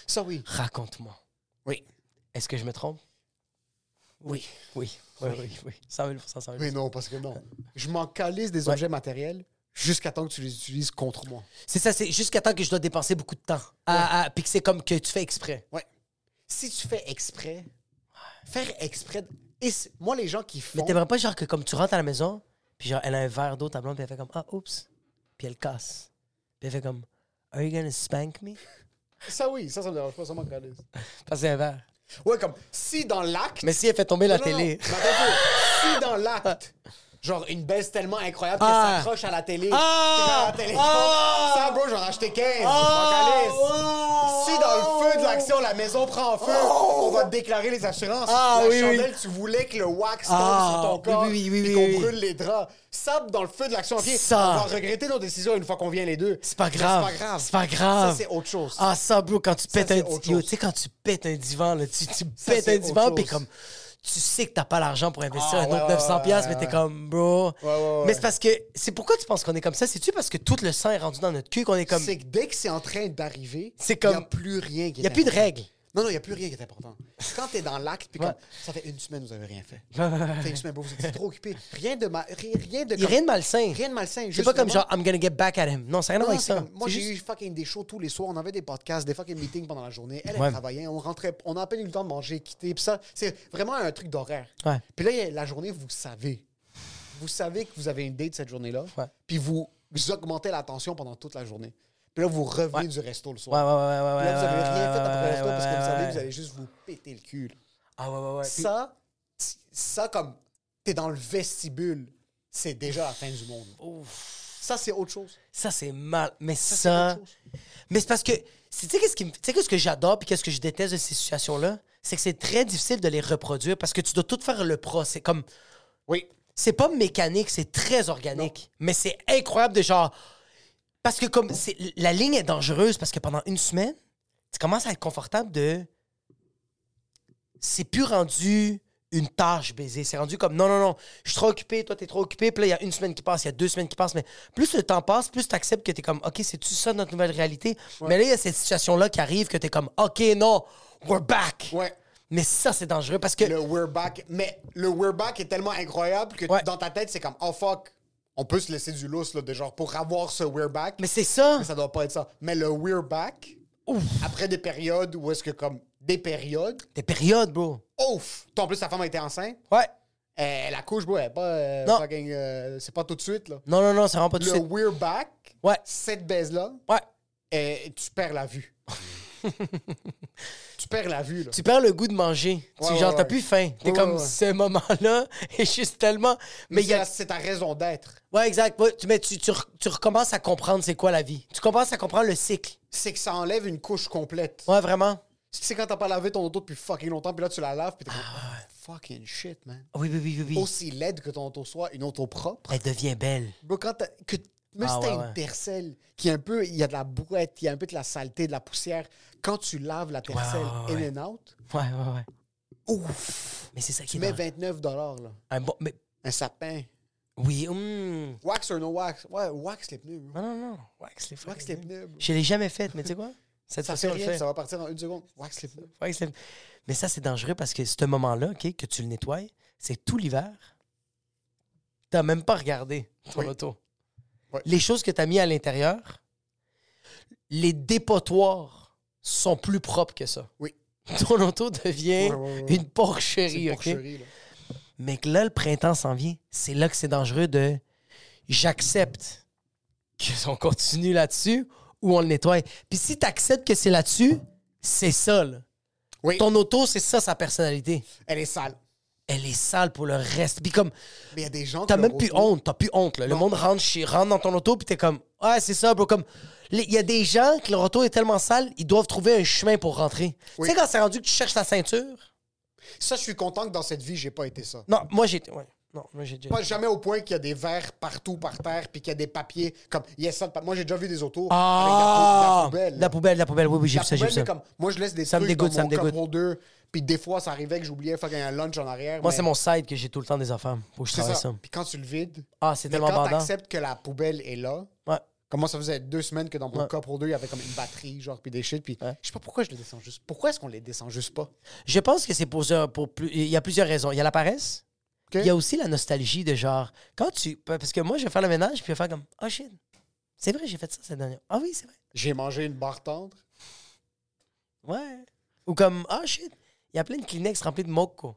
Speaker 3: Ça, oui.
Speaker 2: Raconte-moi.
Speaker 3: Oui.
Speaker 2: Est-ce que je me trompe? Oui. Oui. Oui, oui, oui. 100 000 100 000
Speaker 3: Mais non, parce que non. Je m'en calise des objets matériels jusqu'à temps que tu les utilises contre moi.
Speaker 2: C'est ça, c'est jusqu'à temps que je dois dépenser beaucoup de temps. À, à- puis que c'est comme que tu fais exprès.
Speaker 3: Ouais. Si tu fais exprès, faire exprès. Et c'est- moi, les gens qui
Speaker 2: Mais
Speaker 3: font.
Speaker 2: t'aimerais pas genre que comme tu rentres à la maison, puis genre elle a un verre d'eau, ta blonde, puis elle fait comme ah oups, puis elle casse, puis elle fait comme Are you gonna spank me?
Speaker 3: Ça, oui, ça, ça me dérange pas, ça m'en calise.
Speaker 2: Parce que c'est un verre.
Speaker 3: Ouais, comme si dans l'acte.
Speaker 2: Mais si elle fait tomber la
Speaker 3: Non, non, non.
Speaker 2: télé.
Speaker 3: Mais attends un peu. si dans l'acte, genre une baisse tellement incroyable
Speaker 2: Ah.
Speaker 3: qu'elle s'accroche à la télé.
Speaker 2: Ah.
Speaker 3: c'est genre à la télé.
Speaker 2: Ah.
Speaker 3: Ça, bro, j'en ai acheté 15.
Speaker 2: Ah.
Speaker 3: m'en calisse. Si dans le feu de l'action, la maison prend feu, on va te déclarer les assurances.
Speaker 2: Oh! Ah,
Speaker 3: la
Speaker 2: oui,
Speaker 3: chandelle,
Speaker 2: oui.
Speaker 3: tu voulais que le wax tombe
Speaker 2: Ah,
Speaker 3: sur ton
Speaker 2: oui,
Speaker 3: corps
Speaker 2: oui, oui,
Speaker 3: et
Speaker 2: oui,
Speaker 3: qu'on
Speaker 2: oui.
Speaker 3: brûle les draps. Ça, dans le feu de l'action, ok,
Speaker 2: Ça.
Speaker 3: on va regretter nos décisions une fois qu'on vient les deux.
Speaker 2: C'est pas
Speaker 3: Mais
Speaker 2: grave.
Speaker 3: C'est pas grave.
Speaker 2: C'est pas grave.
Speaker 3: Ça, c'est autre chose.
Speaker 2: Ah, ça, bro, quand tu pètes
Speaker 3: c'est
Speaker 2: un
Speaker 3: autre
Speaker 2: divan,
Speaker 3: chose.
Speaker 2: tu sais, quand tu pètes un divan, là, tu, tu
Speaker 3: Ça,
Speaker 2: pètes
Speaker 3: c'est
Speaker 2: un divan,
Speaker 3: autre
Speaker 2: puis
Speaker 3: chose.
Speaker 2: comme, tu sais que t'as pas l'argent pour investir
Speaker 3: Ah,
Speaker 2: un
Speaker 3: ouais,
Speaker 2: autre
Speaker 3: ouais,
Speaker 2: 900$, piastres,
Speaker 3: ouais,
Speaker 2: mais t'es
Speaker 3: ouais.
Speaker 2: comme, bro.
Speaker 3: ouais,
Speaker 2: Mais
Speaker 3: ouais.
Speaker 2: c'est parce que, c'est pourquoi tu penses qu'on est comme ça? C'est-tu parce que tout le sang est rendu dans notre cul qu'on est comme.
Speaker 3: C'est que dès que c'est en train d'arriver,
Speaker 2: C'est
Speaker 3: il n'y
Speaker 2: comme-
Speaker 3: a plus rien
Speaker 2: Il
Speaker 3: qui
Speaker 2: n'y a
Speaker 3: est
Speaker 2: plus de
Speaker 3: important.
Speaker 2: règles.
Speaker 3: Non, non, il n'y a plus rien qui est important. Quand t'es dans l'acte, puis
Speaker 2: Ouais.
Speaker 3: comme, ça fait une semaine, vous avez rien fait. Ça fait une semaine, bon, vous étiez trop occupé. Rien de, ma... rien, rien de
Speaker 2: Il n'y a
Speaker 3: comme-
Speaker 2: rien de malsain.
Speaker 3: Rien de malsain.
Speaker 2: C'est
Speaker 3: juste
Speaker 2: pas comme
Speaker 3: vraiment-
Speaker 2: genre, I'm gonna get back at him. Ah Non, ça n'a rien à
Speaker 3: Non,
Speaker 2: voir avec
Speaker 3: c'est
Speaker 2: ça.
Speaker 3: comme- moi,
Speaker 2: C'est
Speaker 3: j'ai
Speaker 2: juste-
Speaker 3: eu fucking des shows tous les soirs. On avait des podcasts, des fucking meetings pendant la journée. Elle, elle
Speaker 2: Ouais.
Speaker 3: travaillait. On rentrait, on a à peine eu le temps de manger, quitter. Puis ça, c'est vraiment un truc d'horaire.
Speaker 2: Ouais.
Speaker 3: Puis là, il y a- la journée, vous savez. Vous savez que vous avez une date cette journée-là.
Speaker 2: Ouais.
Speaker 3: Puis vous augmentez la tension pendant toute la journée. Puis là, vous revenez du resto le
Speaker 2: Ouais, ouais,
Speaker 3: soir.
Speaker 2: ouais, ouais.
Speaker 3: Puis là, vous
Speaker 2: ouais,
Speaker 3: avez rien
Speaker 2: ouais,
Speaker 3: fait après le
Speaker 2: ouais,
Speaker 3: resto parce que
Speaker 2: ouais,
Speaker 3: vous savez
Speaker 2: ouais.
Speaker 3: que vous allez juste vous péter le cul. là.
Speaker 2: Ah, ouais, ouais, ouais. Puis-
Speaker 3: Ça, ça, comme t'es dans le vestibule, c'est déjà la fin du monde. Ça, c'est autre chose.
Speaker 2: Ça, c'est mal. Mais ça.
Speaker 3: c'est autre
Speaker 2: Mais c'est parce que. c'est- Tu sais, qu'est-ce qui me- tu sais qu'est-ce que j'adore puis qu'est-ce que je déteste de ces situations-là? C'est que c'est très difficile de les reproduire parce que tu dois tout faire le pro. C'est comme.
Speaker 3: Oui.
Speaker 2: C'est pas mécanique, c'est très organique. Mais c'est incroyable de genre. Parce que comme. c'est- La ligne est dangereuse parce que pendant une semaine, tu commences à être confortable de. C'est plus rendu une tâche baiser. C'est rendu comme non, non, non, je suis trop occupé, toi t'es trop occupé. Puis là, il y a une semaine qui passe, il y a deux semaines qui passent. Mais plus le temps passe, plus t'acceptes que t'es comme OK, c'est-tu ça notre nouvelle réalité? Mais là, il y a cette situation-là qui arrive que t'es comme OK, non, we're back.
Speaker 3: Ouais.
Speaker 2: Mais ça, c'est dangereux parce que.
Speaker 3: le we're back. Mais le we're back est tellement incroyable que
Speaker 2: Ouais.
Speaker 3: dans ta tête, c'est comme, oh fuck, on peut se laisser du lousse, là, de genre, pour avoir ce we're back.
Speaker 2: Mais c'est ça.
Speaker 3: Mais ça doit pas être ça. Mais le we're back, après des périodes où est-ce que, comme, des périodes,
Speaker 2: Des périodes, bro.
Speaker 3: ouf! Toi, en plus, ta femme a été enceinte,
Speaker 2: Ouais.
Speaker 3: euh, la couche, ouais, pas, euh,
Speaker 2: Non.
Speaker 3: fucking, euh, c'est pas tout de suite, là.
Speaker 2: Non, non, non, ça rend pas tout de
Speaker 3: Le
Speaker 2: suite.
Speaker 3: we're back,
Speaker 2: Ouais.
Speaker 3: cette baise-là,
Speaker 2: Ouais.
Speaker 3: euh, tu perds la vue. tu perds la vue, là.
Speaker 2: Tu perds le goût de manger. tu,
Speaker 3: Ouais,
Speaker 2: genre,
Speaker 3: ouais,
Speaker 2: t'as
Speaker 3: ouais.
Speaker 2: plus faim. T'es
Speaker 3: Ouais,
Speaker 2: comme
Speaker 3: ouais, ouais.
Speaker 2: ce moment-là est juste tellement. Mais
Speaker 3: Mais
Speaker 2: il y a.
Speaker 3: c'est ta raison d'être.
Speaker 2: Ouais, exact. Ouais, tu, mais tu, tu, re- tu recommences à comprendre c'est quoi la vie. Tu commences à comprendre le cycle.
Speaker 3: C'est que ça enlève une couche complète.
Speaker 2: Ouais, vraiment.
Speaker 3: Tu sais, quand t'as pas lavé ton auto depuis fucking longtemps, puis là, tu la laves, puis t'es comme,
Speaker 2: Ah
Speaker 3: Ah, fucking shit, man.
Speaker 2: Oui, oui, oui, oui. oui.
Speaker 3: Aussi laide que ton auto soit, une auto propre.
Speaker 2: Elle devient belle.
Speaker 3: Bro, quand t'as- que, même
Speaker 2: Ah,
Speaker 3: si t'as
Speaker 2: ouais,
Speaker 3: une
Speaker 2: ouais.
Speaker 3: tercelle qui est un peu, il y a de la brouette, il y a un peu de la saleté, de la poussière, quand tu laves la tercelle
Speaker 2: ouais, ouais.
Speaker 3: in and out,
Speaker 2: Ouais, ouais, ouais.
Speaker 3: ouf,
Speaker 2: Mais c'est ça qui
Speaker 3: tu
Speaker 2: est
Speaker 3: mets
Speaker 2: dans-
Speaker 3: 29 dollars, là.
Speaker 2: un bon. Mais
Speaker 3: Un sapin.
Speaker 2: oui, hum.
Speaker 3: Wax or no wax? Ouais, wax les pneus, bro.
Speaker 2: Non, non, non. Wax les fucking
Speaker 3: Wax les
Speaker 2: pneus.
Speaker 3: pneus, bro.
Speaker 2: Je l'ai jamais faite, mais tu sais quoi? Cette
Speaker 3: Ça
Speaker 2: fois-ci,
Speaker 3: fait
Speaker 2: on le
Speaker 3: rien,
Speaker 2: fait.
Speaker 3: ça va partir dans une seconde. Wax les pneus.
Speaker 2: Wax les- Mais ça, c'est dangereux parce que ce moment-là, OK, que tu le nettoies, c'est tout l'hiver. T'as même pas regardé ton
Speaker 3: Oui.
Speaker 2: auto.
Speaker 3: Ouais.
Speaker 2: Les choses que t'as mis à l'intérieur, les dépotoirs sont plus propres que ça.
Speaker 3: Oui.
Speaker 2: Ton auto devient
Speaker 3: Ouais, ouais, ouais.
Speaker 2: une porcherie,
Speaker 3: Une
Speaker 2: OK?
Speaker 3: porcherie, là.
Speaker 2: Mais que là, le printemps s'en vient. C'est là que c'est dangereux de j'accepte qu'on continue là-dessus ou on le nettoie. Puis si tu acceptes que c'est là-dessus, c'est ça. là.
Speaker 3: Oui.
Speaker 2: Ton auto, c'est ça sa personnalité.
Speaker 3: Elle est sale.
Speaker 2: Elle est sale pour le reste. Puis comme,
Speaker 3: Mais il y a des gens
Speaker 2: T'as
Speaker 3: que
Speaker 2: même
Speaker 3: leur
Speaker 2: plus
Speaker 3: auto-
Speaker 2: honte, t'as plus honte. là. Le monde rentre, chez, rentre dans ton auto, puis t'es comme, ah, c'est ça, bro. Comme, les- il y a des gens que leur auto est tellement sale, ils doivent trouver un chemin pour rentrer. Tu sais, quand c'est rendu que tu cherches ta ceinture,
Speaker 3: Ça, je suis content que dans cette vie, j'ai pas été ça.
Speaker 2: non, moi j'ai. Ouais. Non, moi j'ai déjà.
Speaker 3: Pas jamais au point qu'il y a des verres partout par terre puis qu'il y a des papiers comme il y a ça de pa- moi j'ai déjà vu des autos
Speaker 2: Ah!
Speaker 3: avec de la, pou- de la
Speaker 2: La poubelle,
Speaker 3: poubelle là.
Speaker 2: la poubelle, oui, oui, j'ai
Speaker 3: La
Speaker 2: vu ça, j'ai vu
Speaker 3: poubelle,
Speaker 2: ça.
Speaker 3: mais comme moi je laisse des
Speaker 2: Ça me
Speaker 3: trucs
Speaker 2: dégoûte, ça
Speaker 3: dans
Speaker 2: me
Speaker 3: mon
Speaker 2: dégoûte.
Speaker 3: cup holder puis des fois ça arrivait que j'oubliais faire un lunch en arrière
Speaker 2: Moi,
Speaker 3: mais
Speaker 2: c'est mon side que j'ai tout le temps des affaires. Faut que je
Speaker 3: c'est
Speaker 2: travaille
Speaker 3: ça.
Speaker 2: ça.
Speaker 3: puis quand tu le vides
Speaker 2: Ah, c'est
Speaker 3: mais
Speaker 2: tellement
Speaker 3: quand
Speaker 2: bandant.
Speaker 3: t'acceptes que la poubelle est là
Speaker 2: Ouais.
Speaker 3: comme moi ça faisait deux semaines que dans mon
Speaker 2: Ouais.
Speaker 3: cup holder il y avait comme une batterie genre puis des shit puis je sais pas pourquoi je les descends juste pourquoi est-ce qu'on les descend juste pas
Speaker 2: Je pense que c'est pour, ça- pour plus. Il y a plusieurs raisons. Il y a la paresse. Il y a aussi la nostalgie de genre, quand tu. Parce que moi, je vais faire le ménage, puis je vais faire comme, oh shit. C'est vrai, j'ai fait ça cette dernière. Ah oui, c'est vrai.
Speaker 3: j'ai mangé une barre tendre
Speaker 2: Ouais. Ou comme, ah shit, il y a plein de Kleenex remplis de moco.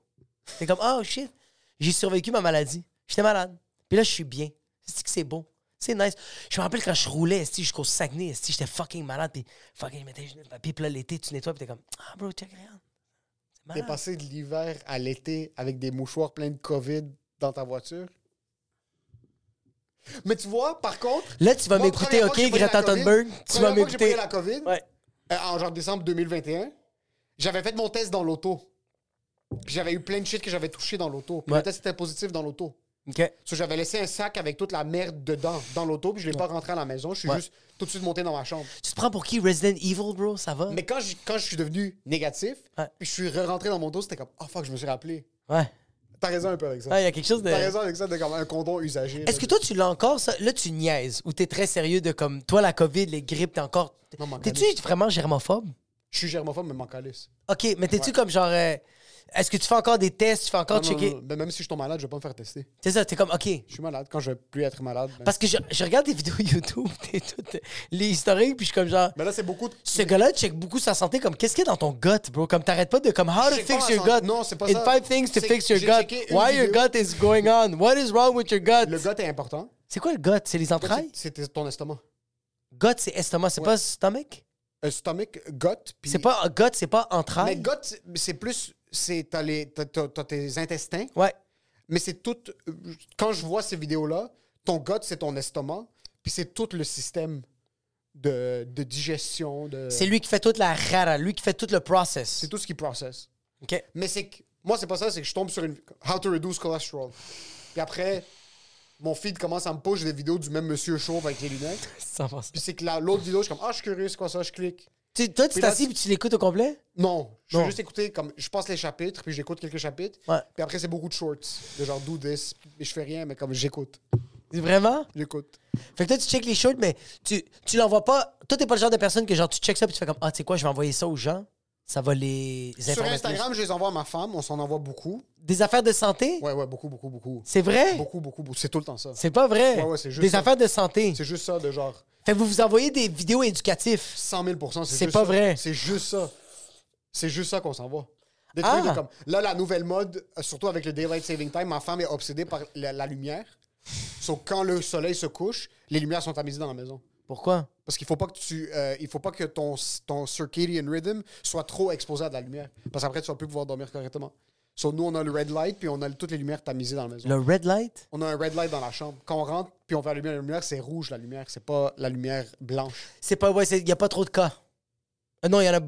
Speaker 2: C'est comme, ah shit, j'ai survécu ma maladie. J'étais malade. Puis là, je suis bien. C'est que c'est beau. C'est nice. Je me rappelle quand je roulais esti, jusqu'au Saguenay, esti, j'étais fucking malade. Puis fucking, je mettais les genoux de papier. Puis là, l'été, tu nettoies. Puis t'es comme, ah bro, check rien. C'est
Speaker 3: T'es
Speaker 2: malade.
Speaker 3: passé de l'hiver à l'été avec des mouchoirs pleins de COVID dans ta voiture? Mais tu vois, par contre.
Speaker 2: Là, tu vas
Speaker 3: moi,
Speaker 2: m'écouter,
Speaker 3: première
Speaker 2: OK,
Speaker 3: fois que j'ai pogné la
Speaker 2: Greta
Speaker 3: COVID,
Speaker 2: Thunberg? Tu vas
Speaker 3: première fois que j'ai
Speaker 2: m'écouter.
Speaker 3: pogné la COVID,
Speaker 2: Ouais.
Speaker 3: euh, en genre décembre 2021, j'avais fait mon test dans l'auto. Puis J'avais eu plein de shit que j'avais touché dans l'auto. Puis
Speaker 2: Ouais.
Speaker 3: Le test était positif dans l'auto.
Speaker 2: OK.
Speaker 3: So, j'avais laissé un sac avec toute la merde dedans dans l'auto, puis je l'ai pas rentré à la maison. Je suis
Speaker 2: Ouais.
Speaker 3: juste tout de suite monté dans ma chambre.
Speaker 2: Tu te prends pour qui Resident Evil, bro? Ça va?
Speaker 3: Mais quand je, quand je suis devenu négatif,
Speaker 2: Ouais.
Speaker 3: puis je suis re-rentré dans mon dos, c'était comme, oh fuck, je me suis rappelé.
Speaker 2: Ouais.
Speaker 3: T'as raison un peu avec ça.
Speaker 2: Ah, Il y a quelque chose de.
Speaker 3: T'as raison avec ça, de comme un condom usagé. là.
Speaker 2: Est-ce que toi, tu l'as encore, ça? Là, tu niaises ou t'es très sérieux de comme, toi, la COVID, les grippes, t'es encore.
Speaker 3: Non, m'en
Speaker 2: T'es-tu
Speaker 3: calisse.
Speaker 2: vraiment germophobe?
Speaker 3: Je suis germophobe, mais m'en calisse.
Speaker 2: OK, mais t'es-tu comme genre. euh, Est-ce que tu fais encore des tests? Tu fais encore
Speaker 3: Non, non,
Speaker 2: checker?
Speaker 3: non, mais même si je tombe malade, je vais pas me faire tester.
Speaker 2: C'est ça, t'es comme, OK.
Speaker 3: Je suis malade. Quand je vais plus être malade. ben-
Speaker 2: Parce que je, je regarde des vidéos YouTube, t'es tout. euh, Les historiques, puis je suis comme genre.
Speaker 3: Mais là, c'est beaucoup de.
Speaker 2: Ce gars-là check beaucoup sa santé, comme qu'est-ce qu'il y a dans ton gut, bro? Comme t'arrêtes pas de comme how to
Speaker 3: Je check pas
Speaker 2: fix
Speaker 3: ma
Speaker 2: your
Speaker 3: santé.
Speaker 2: gut.
Speaker 3: Non, c'est pas
Speaker 2: In
Speaker 3: ça.
Speaker 2: five things to
Speaker 3: C'est-
Speaker 2: fix your
Speaker 3: j'ai
Speaker 2: gut.
Speaker 3: checké une
Speaker 2: Why your
Speaker 3: vidéo.
Speaker 2: gut is going on? What is wrong with your gut?
Speaker 3: Le gut est important.
Speaker 2: C'est quoi le gut? C'est les
Speaker 3: Gut,
Speaker 2: entrailles?
Speaker 3: C'est c'est ton estomac.
Speaker 2: Gut, c'est estomac, c'est pas stomach?
Speaker 3: Estomac, gut. puis-
Speaker 2: C'est pas gut, c'est pas
Speaker 3: Mais
Speaker 2: entrailles?
Speaker 3: gut, c'est- c'est plus. c'est- T'as les- t'as- t'as- t'as tes intestins.
Speaker 2: Ouais.
Speaker 3: Mais c'est tout. Quand je vois ces vidéos-là, ton gut, c'est ton estomac. Puis c'est tout le système de, de digestion. De...
Speaker 2: C'est lui qui fait toute la rara, lui qui fait tout le process.
Speaker 3: C'est tout ce qui processe.
Speaker 2: OK.
Speaker 3: Mais c'est que moi, c'est pas ça, c'est que je tombe sur une. How to reduce cholesterol. Puis après, mon feed commence à me push des vidéos du même monsieur chauve avec les lunettes.
Speaker 2: 100%.
Speaker 3: Puis c'est que la- l'autre vidéo, je suis comme, ah, je suis curieux, c'est quoi ça, je clique.
Speaker 2: Tu- toi, tu
Speaker 3: Puis là,
Speaker 2: t'assis et tu l'écoutes au complet?
Speaker 3: Non, je veux
Speaker 2: Non.
Speaker 3: juste écouter, comme, je passe les chapitres, puis j'écoute quelques chapitres.
Speaker 2: Ouais.
Speaker 3: Puis après, c'est beaucoup de shorts, de genre, do this. Mais je fais rien, mais comme, j'écoute.
Speaker 2: Vraiment?
Speaker 3: J'écoute.
Speaker 2: Fait que toi, tu checkes les shorts, mais tu, tu l'envoies pas. Toi, t'es pas le genre de personne que genre tu checkes ça puis tu fais comme Ah, tu sais quoi, je vais envoyer ça aux gens. Ça va les
Speaker 3: Sur
Speaker 2: informer plus.
Speaker 3: Instagram, je les envoie à ma femme, on s'en envoie beaucoup.
Speaker 2: Des affaires de santé?
Speaker 3: Ouais, ouais, beaucoup, beaucoup, beaucoup.
Speaker 2: C'est vrai?
Speaker 3: Beaucoup, beaucoup, beaucoup. C'est tout le temps ça.
Speaker 2: C'est pas vrai.
Speaker 3: Ouais, ouais, c'est juste
Speaker 2: des
Speaker 3: ça.
Speaker 2: affaires de santé.
Speaker 3: C'est juste ça, de genre,
Speaker 2: Fait que vous vous envoyez des vidéos éducatives.
Speaker 3: 100 000
Speaker 2: C'est
Speaker 3: juste
Speaker 2: pas
Speaker 3: ça.
Speaker 2: vrai.
Speaker 3: C'est juste ça. C'est juste ça qu'on s'envoie. Des
Speaker 2: Ah.
Speaker 3: trucs de comme. Là, la nouvelle mode, euh, surtout avec le Daylight Saving Time, ma femme est obsédée par la, la lumière. Sauf quand le soleil se couche, les lumières sont à midi dans la maison.
Speaker 2: Pourquoi?
Speaker 3: Parce qu'il faut pas que tu, euh, il faut pas que ton, ton circadian rhythm soit trop exposé à de la lumière. Parce qu'après, tu vas plus pouvoir dormir correctement. So, nous, on a le red light, puis on a le- toutes les lumières tamisées dans la maison.
Speaker 2: Le red light?
Speaker 3: On a un red light dans la chambre. Quand on rentre, puis on va allumer la lumière, c'est rouge la lumière, c'est pas la lumière blanche.
Speaker 2: C'est pas. Ouais, il y a pas trop de cas. Euh, non, il y en a.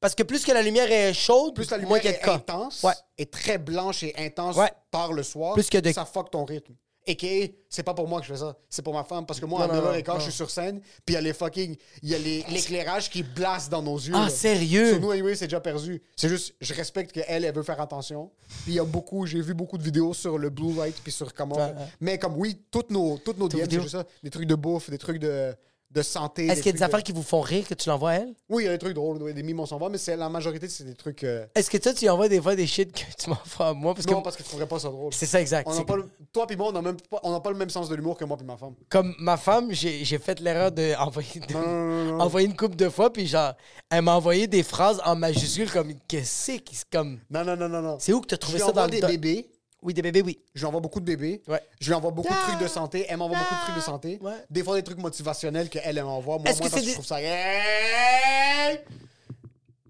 Speaker 2: Parce que plus que la lumière est chaude,
Speaker 3: plus la
Speaker 2: moins
Speaker 3: lumière
Speaker 2: qu'il y a
Speaker 3: est
Speaker 2: de cas.
Speaker 3: intense
Speaker 2: Ouais.
Speaker 3: et très blanche et intense
Speaker 2: Ouais.
Speaker 3: par le soir,
Speaker 2: Plus que de-
Speaker 3: ça fuck ton rythme. Et que c'est pas pour moi que je fais ça, c'est pour ma femme parce que moi
Speaker 2: Non,
Speaker 3: à
Speaker 2: non,
Speaker 3: 9h15
Speaker 2: non.
Speaker 3: je suis sur scène, puis il y a les fucking il y a les- l'éclairage qui blasse dans nos yeux.
Speaker 2: Ah,
Speaker 3: là.
Speaker 2: sérieux?
Speaker 3: Sur nous anyway, c'est déjà perdu. C'est juste je respecte qu'elle elle veut faire attention. Puis il y a beaucoup, j'ai vu beaucoup de vidéos sur le blue light puis sur comment
Speaker 2: Ouais, ouais.
Speaker 3: mais comme oui, toutes nos toutes nos DM, c'est
Speaker 2: vidéo.
Speaker 3: juste ça, des trucs de bouffe, des trucs de de santé.
Speaker 2: Est-ce qu'il y a
Speaker 3: trucs
Speaker 2: des
Speaker 3: de-
Speaker 2: affaires qui vous font rire que tu l'envoies à elle?
Speaker 3: Oui, il y a des trucs drôles, oui, des mimes on s'en va, mais c'est la majorité c'est des trucs euh,
Speaker 2: Est-ce que toi, tu lui envoies des fois des shit que tu m'envoies à moi? Parce que
Speaker 3: non, parce que je trouverais pas ça drôle.
Speaker 2: c'est ça, exact.
Speaker 3: On n'a
Speaker 2: C'est-
Speaker 3: pas le- Toi puis moi, on n'a même pas, on a pas le même sens de l'humour que moi puis ma femme.
Speaker 2: Comme ma femme, j'ai j'ai fait l'erreur d'envoyer de,
Speaker 3: non, non, non.
Speaker 2: envoyer une couple de fois, puis genre, elle m'a envoyé des phrases en majuscules comme Qu'est-ce que c'est? qui- comme,
Speaker 3: Non, non, non, non, non.
Speaker 2: C'est où que t'as trouvé
Speaker 3: Je lui
Speaker 2: ça dans
Speaker 3: envoie
Speaker 2: le
Speaker 3: des
Speaker 2: doc?
Speaker 3: bébés
Speaker 2: Oui, des bébés, oui.
Speaker 3: Je lui envoie beaucoup de bébés.
Speaker 2: Ouais.
Speaker 3: Je lui envoie beaucoup de trucs de santé. Elle m'envoie beaucoup de trucs de santé.
Speaker 2: Ouais.
Speaker 3: Des fois, des trucs motivationnels qu'elle elle m'envoie. Moi,
Speaker 2: Est-ce
Speaker 3: moi
Speaker 2: que
Speaker 3: parce
Speaker 2: c'est
Speaker 3: que je
Speaker 2: des-
Speaker 3: trouve ça... Hey!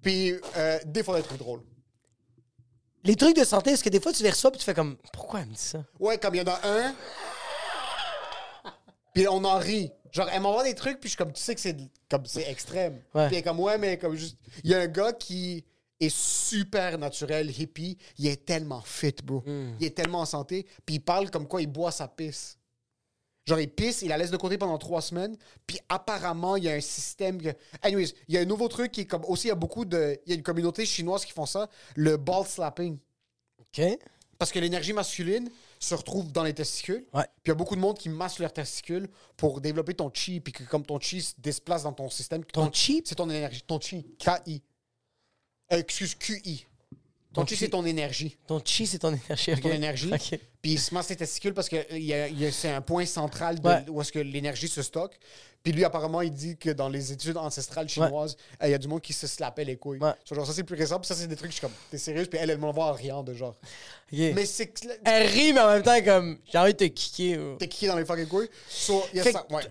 Speaker 3: Puis, euh, des fois, des trucs drôles.
Speaker 2: Les trucs de santé, est-ce que des fois tu les reçois puis tu fais comme pourquoi elle me dit ça
Speaker 3: Ouais, comme il y en a un. Puis on en rit. Genre, elle m'envoie des trucs, puis je suis comme, tu sais que c'est comme c'est extrême.
Speaker 2: Ouais.
Speaker 3: Puis elle est comme, ouais, mais comme juste. Il y a un gars qui est super naturel, hippie. Il est tellement fit, bro. Il est tellement en santé. Puis il parle comme quoi il boit sa pisse. Genre, il pisse, il la laisse de côté pendant trois semaines. Puis apparemment, il y a un système. que- Anyways, il y a un nouveau truc qui est comme. Aussi, il y a beaucoup de. Il y a une communauté chinoise qui font ça, le ball slapping.
Speaker 2: Ok.
Speaker 3: Parce que l'énergie masculine se retrouve dans les testicules.
Speaker 2: Ouais.
Speaker 3: Puis il y a beaucoup de monde qui masse leurs testicules pour développer ton chi. Puis que comme ton chi se déplace dans ton système.
Speaker 2: Ton chi?
Speaker 3: C'est ton énergie. Ton chi. K-I. Euh, excuse, Q-I. Ton,
Speaker 2: Ton
Speaker 3: chi,
Speaker 2: chi.
Speaker 3: c'est ton énergie.
Speaker 2: Ton chi, c'est ton énergie.
Speaker 3: Ton
Speaker 2: ok.
Speaker 3: énergie.
Speaker 2: Ok.
Speaker 3: Puis il se masse les testicules parce que euh, il y a- il y a- c'est un point central de-
Speaker 2: Ouais.
Speaker 3: où est-ce que l'énergie se stocke. Puis lui, apparemment, il dit que dans les études ancestrales chinoises, euh, il y a du monde qui se slappait les couilles.
Speaker 2: Ouais.
Speaker 3: So, genre, ça, c'est plus récent. Puis ça, c'est des trucs, que je suis comme, t'es sérieuse? Puis elle, elle m'en voit en riant de genre.
Speaker 2: Ok.
Speaker 3: Mais c'est cla-
Speaker 2: Elle rit, mais en même temps, comme j'ai envie de te kicker. ou-
Speaker 3: t'es kické dans les fucking couilles. So, il y a
Speaker 2: Fait
Speaker 3: ça,
Speaker 2: que-
Speaker 3: ouais.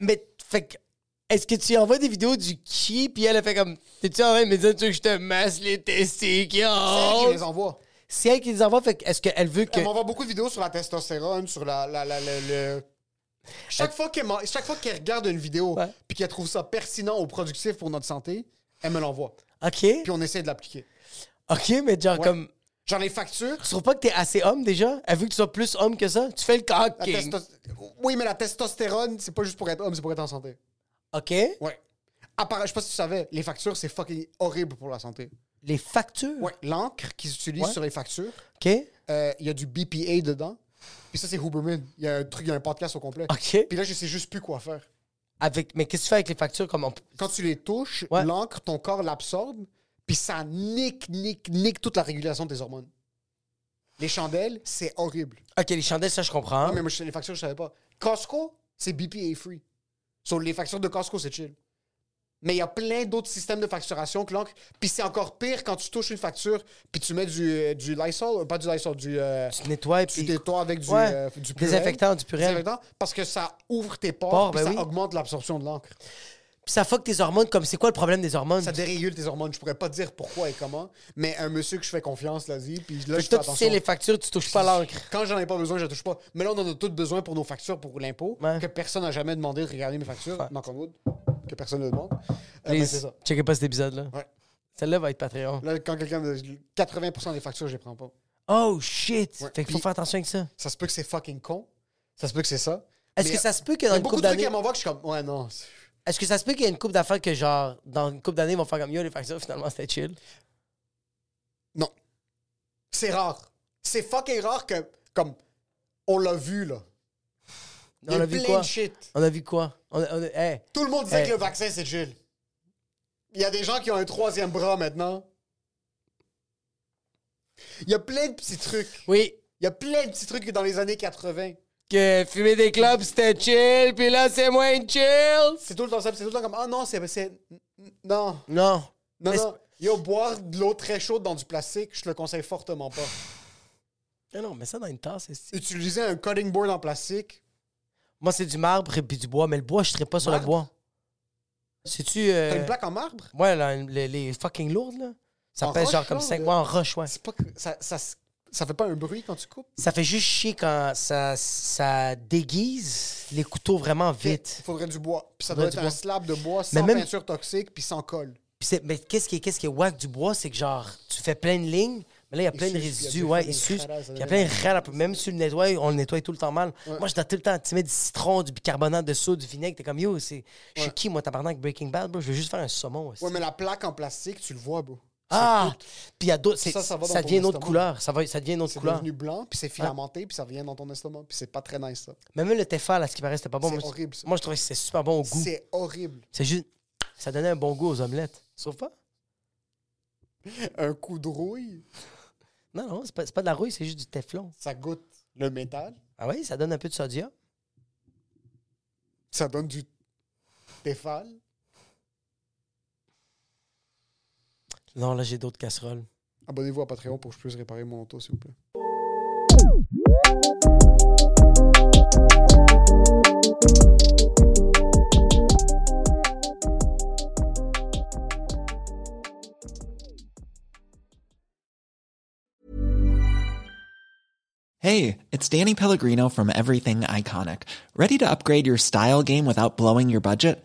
Speaker 2: Mais fait que, est-ce que tu envoies des vidéos du chi puis elle a fait comme t'es-tu en train de me dire tu veux que je te masse les
Speaker 3: Je les
Speaker 2: testicules
Speaker 3: envoie.
Speaker 2: C'est elle qui les envoie. Fait que, est-ce qu'elle veut que
Speaker 3: Elle m'envoie beaucoup de vidéos sur la testostérone, sur la... la, la, la- le- Chaque fois qu'elle m'en- chaque fois qu'elle regarde une vidéo
Speaker 2: Ouais.
Speaker 3: puis qu'elle trouve ça pertinent ou productif pour notre santé, elle me l'envoie.
Speaker 2: Ok.
Speaker 3: Puis on essaie de l'appliquer.
Speaker 2: Ok, mais genre
Speaker 3: Ouais.
Speaker 2: comme
Speaker 3: Genre les factures...
Speaker 2: tu trouves pas que t'es assez homme déjà Elle veut que tu sois plus homme que ça. Tu fais le
Speaker 3: la
Speaker 2: cocking.
Speaker 3: testo- Oui, mais la testostérone, c'est pas juste pour être homme, c'est pour être en santé.
Speaker 2: Ok.
Speaker 3: Ouais. Appara- Je sais pas si tu savais, les factures, c'est fucking horrible pour la santé.
Speaker 2: Les factures.
Speaker 3: Ouais, l'encre qu'ils utilisent
Speaker 2: Ouais.
Speaker 3: sur les factures,
Speaker 2: Ok.
Speaker 3: euh, il y a du BPA dedans. Puis ça, c'est Huberman. Il y a un truc, il y a un podcast au complet.
Speaker 2: Ok.
Speaker 3: Puis là, je sais juste plus quoi faire.
Speaker 2: Avec, mais qu'est-ce que tu fais avec les factures comme on...
Speaker 3: Quand tu les touches,
Speaker 2: Ouais.
Speaker 3: l'encre, ton corps l'absorbe, puis ça nique, nique, nique toute la régulation de tes hormones. Les chandelles, c'est horrible.
Speaker 2: Ok, les chandelles, ça je comprends.
Speaker 3: Non, mais moi, je- les factures, je savais pas. Costco, c'est BPA free. Sur les factures de Costco, c'est chill. Mais il y a plein d'autres systèmes de facturation que l'encre. Puis c'est encore pire quand tu touches une facture, puis tu mets du, euh, du Lysol, euh, pas du Lysol, du. euh,
Speaker 2: Tu te nettoies
Speaker 3: tu
Speaker 2: puis
Speaker 3: nettoies avec du,
Speaker 2: Ouais.
Speaker 3: euh, du purel.
Speaker 2: Désinfectant, du purel.
Speaker 3: Désinfectant, parce que ça ouvre tes pores,
Speaker 2: Pores,
Speaker 3: puis
Speaker 2: ben
Speaker 3: ça
Speaker 2: oui.
Speaker 3: augmente l'absorption de l'encre.
Speaker 2: Puis ça fuck tes hormones comme c'est quoi le problème des hormones
Speaker 3: Ça dérégule tes hormones. Je pourrais pas te dire pourquoi et comment, mais un monsieur que je fais confiance l'a dit, puis
Speaker 2: Fait
Speaker 3: là, je
Speaker 2: que
Speaker 3: fais
Speaker 2: toi, tu sais
Speaker 3: attention.
Speaker 2: les factures, tu touches pas l'encre.
Speaker 3: Quand j'en ai pas besoin, je la touche pas. Mais là, on en a tous besoin pour nos factures, pour l'impôt,
Speaker 2: Ouais.
Speaker 3: que personne n'a jamais demandé de regarder mes factures,
Speaker 2: Ouais.
Speaker 3: knock on wood, que personne ne demande. Euh, mais c'est ça.
Speaker 2: Checkez pas cet épisode là.
Speaker 3: Ouais.
Speaker 2: Celle-là va être Patreon.
Speaker 3: Là, quand quelqu'un me... 80% des factures, je les prends pas.
Speaker 2: Oh shit!
Speaker 3: Ouais.
Speaker 2: Fait qu'il faut
Speaker 3: Puis-
Speaker 2: faire attention avec ça.
Speaker 3: Ça se peut que c'est fucking con. Ça se peut que c'est ça.
Speaker 2: Est-ce
Speaker 3: Mais
Speaker 2: que ça se peut que
Speaker 3: Il y
Speaker 2: dans
Speaker 3: a
Speaker 2: une
Speaker 3: beaucoup
Speaker 2: couple
Speaker 3: de trucs
Speaker 2: d'années.
Speaker 3: qu'elle m'envoie que je suis comme, ouais, non. c'est-
Speaker 2: Est-ce que ça se peut qu'il y ait une couple d'affaires que genre dans une couple d'années ils vont faire comme yo les factures finalement c'était chill?
Speaker 3: Non. C'est rare. C'est fucking rare que, comme, on l'a vu, là. Il y
Speaker 2: On
Speaker 3: a
Speaker 2: a
Speaker 3: eu
Speaker 2: vu
Speaker 3: plein
Speaker 2: quoi?
Speaker 3: de shit.
Speaker 2: On a vu quoi? On a- on a- hey.
Speaker 3: Tout le monde disait
Speaker 2: Hey.
Speaker 3: que le vaccin, c'est chill. Il y a des gens qui ont un troisième bras maintenant. Il y a plein de petits trucs.
Speaker 2: Oui.
Speaker 3: Il y a plein de petits trucs dans les années 80.
Speaker 2: Que fumer des clubs c'était chill, puis là c'est moins chill.
Speaker 3: C'est tout le temps ça, puis c'est tout le temps comme, ah non, c'est... c'est- Non,
Speaker 2: Non.
Speaker 3: non,
Speaker 2: Mais
Speaker 3: non. Yo, boire de l'eau très chaude dans du plastique, je te le conseille fortement pas.
Speaker 2: Non, non, mais ça dans une tasse. esti.
Speaker 3: Utiliser un cutting board en plastique,
Speaker 2: Moi, c'est du marbre et puis du bois, mais le bois, je serais pas sur le
Speaker 3: Marbre?
Speaker 2: bois. C'est-tu. euh,
Speaker 3: t'as une plaque en marbre?
Speaker 2: Ouais, là, les, les fucking lourdes, là. Ça
Speaker 3: En
Speaker 2: pèse
Speaker 3: roche,
Speaker 2: genre comme
Speaker 3: là,
Speaker 2: 5
Speaker 3: le-
Speaker 2: mois en roche, ouais.
Speaker 3: C'est pas que- ça, ça, ça fait pas un bruit quand tu coupes?
Speaker 2: Ça fait juste chier quand ça, ça déguise les couteaux vraiment vite.
Speaker 3: Il faudrait du bois. Puis ça doit
Speaker 2: Faudrait du
Speaker 3: être
Speaker 2: bois.
Speaker 3: un slab de bois
Speaker 2: Mais
Speaker 3: sans
Speaker 2: même-
Speaker 3: peinture toxique puis sans colle.
Speaker 2: Puis c'est- mais qu'est-ce qui est, qu'est-ce qui est whack du bois, c'est que genre, tu fais plein de lignes, mais là, il y a plein de
Speaker 3: suce, il y a
Speaker 2: résidus,
Speaker 3: des
Speaker 2: ouais,
Speaker 3: fucking
Speaker 2: il suce.
Speaker 3: ralas, ça
Speaker 2: Il y a
Speaker 3: devient-
Speaker 2: plein de ralas. Même si tu le nettoies, on le nettoie tout le temps mal. Moi, je dois tout le temps, tu mets du citron, du bicarbonate de soude, du vinaigre, t'es comme yo, c'est. Je suis qui, moi, tabarnak, Breaking Bad, bro? Je veux juste faire un saumon aussi.
Speaker 3: Ouais, mais la plaque en plastique, tu le vois, bro.
Speaker 2: Ah! Puis il y a d'autres. c'est-
Speaker 3: Ça, ça
Speaker 2: Ça,
Speaker 3: va dans ton
Speaker 2: devient une autre
Speaker 3: estomac.
Speaker 2: couleur. Ça, va, ça devient une autre
Speaker 3: C'est
Speaker 2: couleur.
Speaker 3: devenu blanc, puis
Speaker 2: Hein?
Speaker 3: c'est filamenté, puis ça vient dans ton estomac, puis c'est pas très nice, ça.
Speaker 2: Mais même le Tefal, à ce qui paraît, c'était pas bon.
Speaker 3: C'est
Speaker 2: Moi, je-
Speaker 3: horrible, ça.
Speaker 2: Moi, je trouvais que c'était super bon au goût.
Speaker 3: C'est horrible.
Speaker 2: C'est juste. Ça donnait un bon goût aux omelettes. Sauf pas?
Speaker 3: Un coup de rouille,
Speaker 2: Non, non, c'est pas, c'est pas de la rouille, c'est juste du Teflon.
Speaker 3: ça goûte le métal,
Speaker 2: Ah oui, ça donne un peu de sodium.
Speaker 3: ça donne du téfal.
Speaker 2: Non, là, j'ai d'autres casseroles.
Speaker 3: Abonnez-vous à Patreon pour que je puisse réparer mon auto, s'il vous plaît.
Speaker 4: Hey, it's Danny Pellegrino from Everything Iconic. Ready to upgrade your style game without blowing your budget?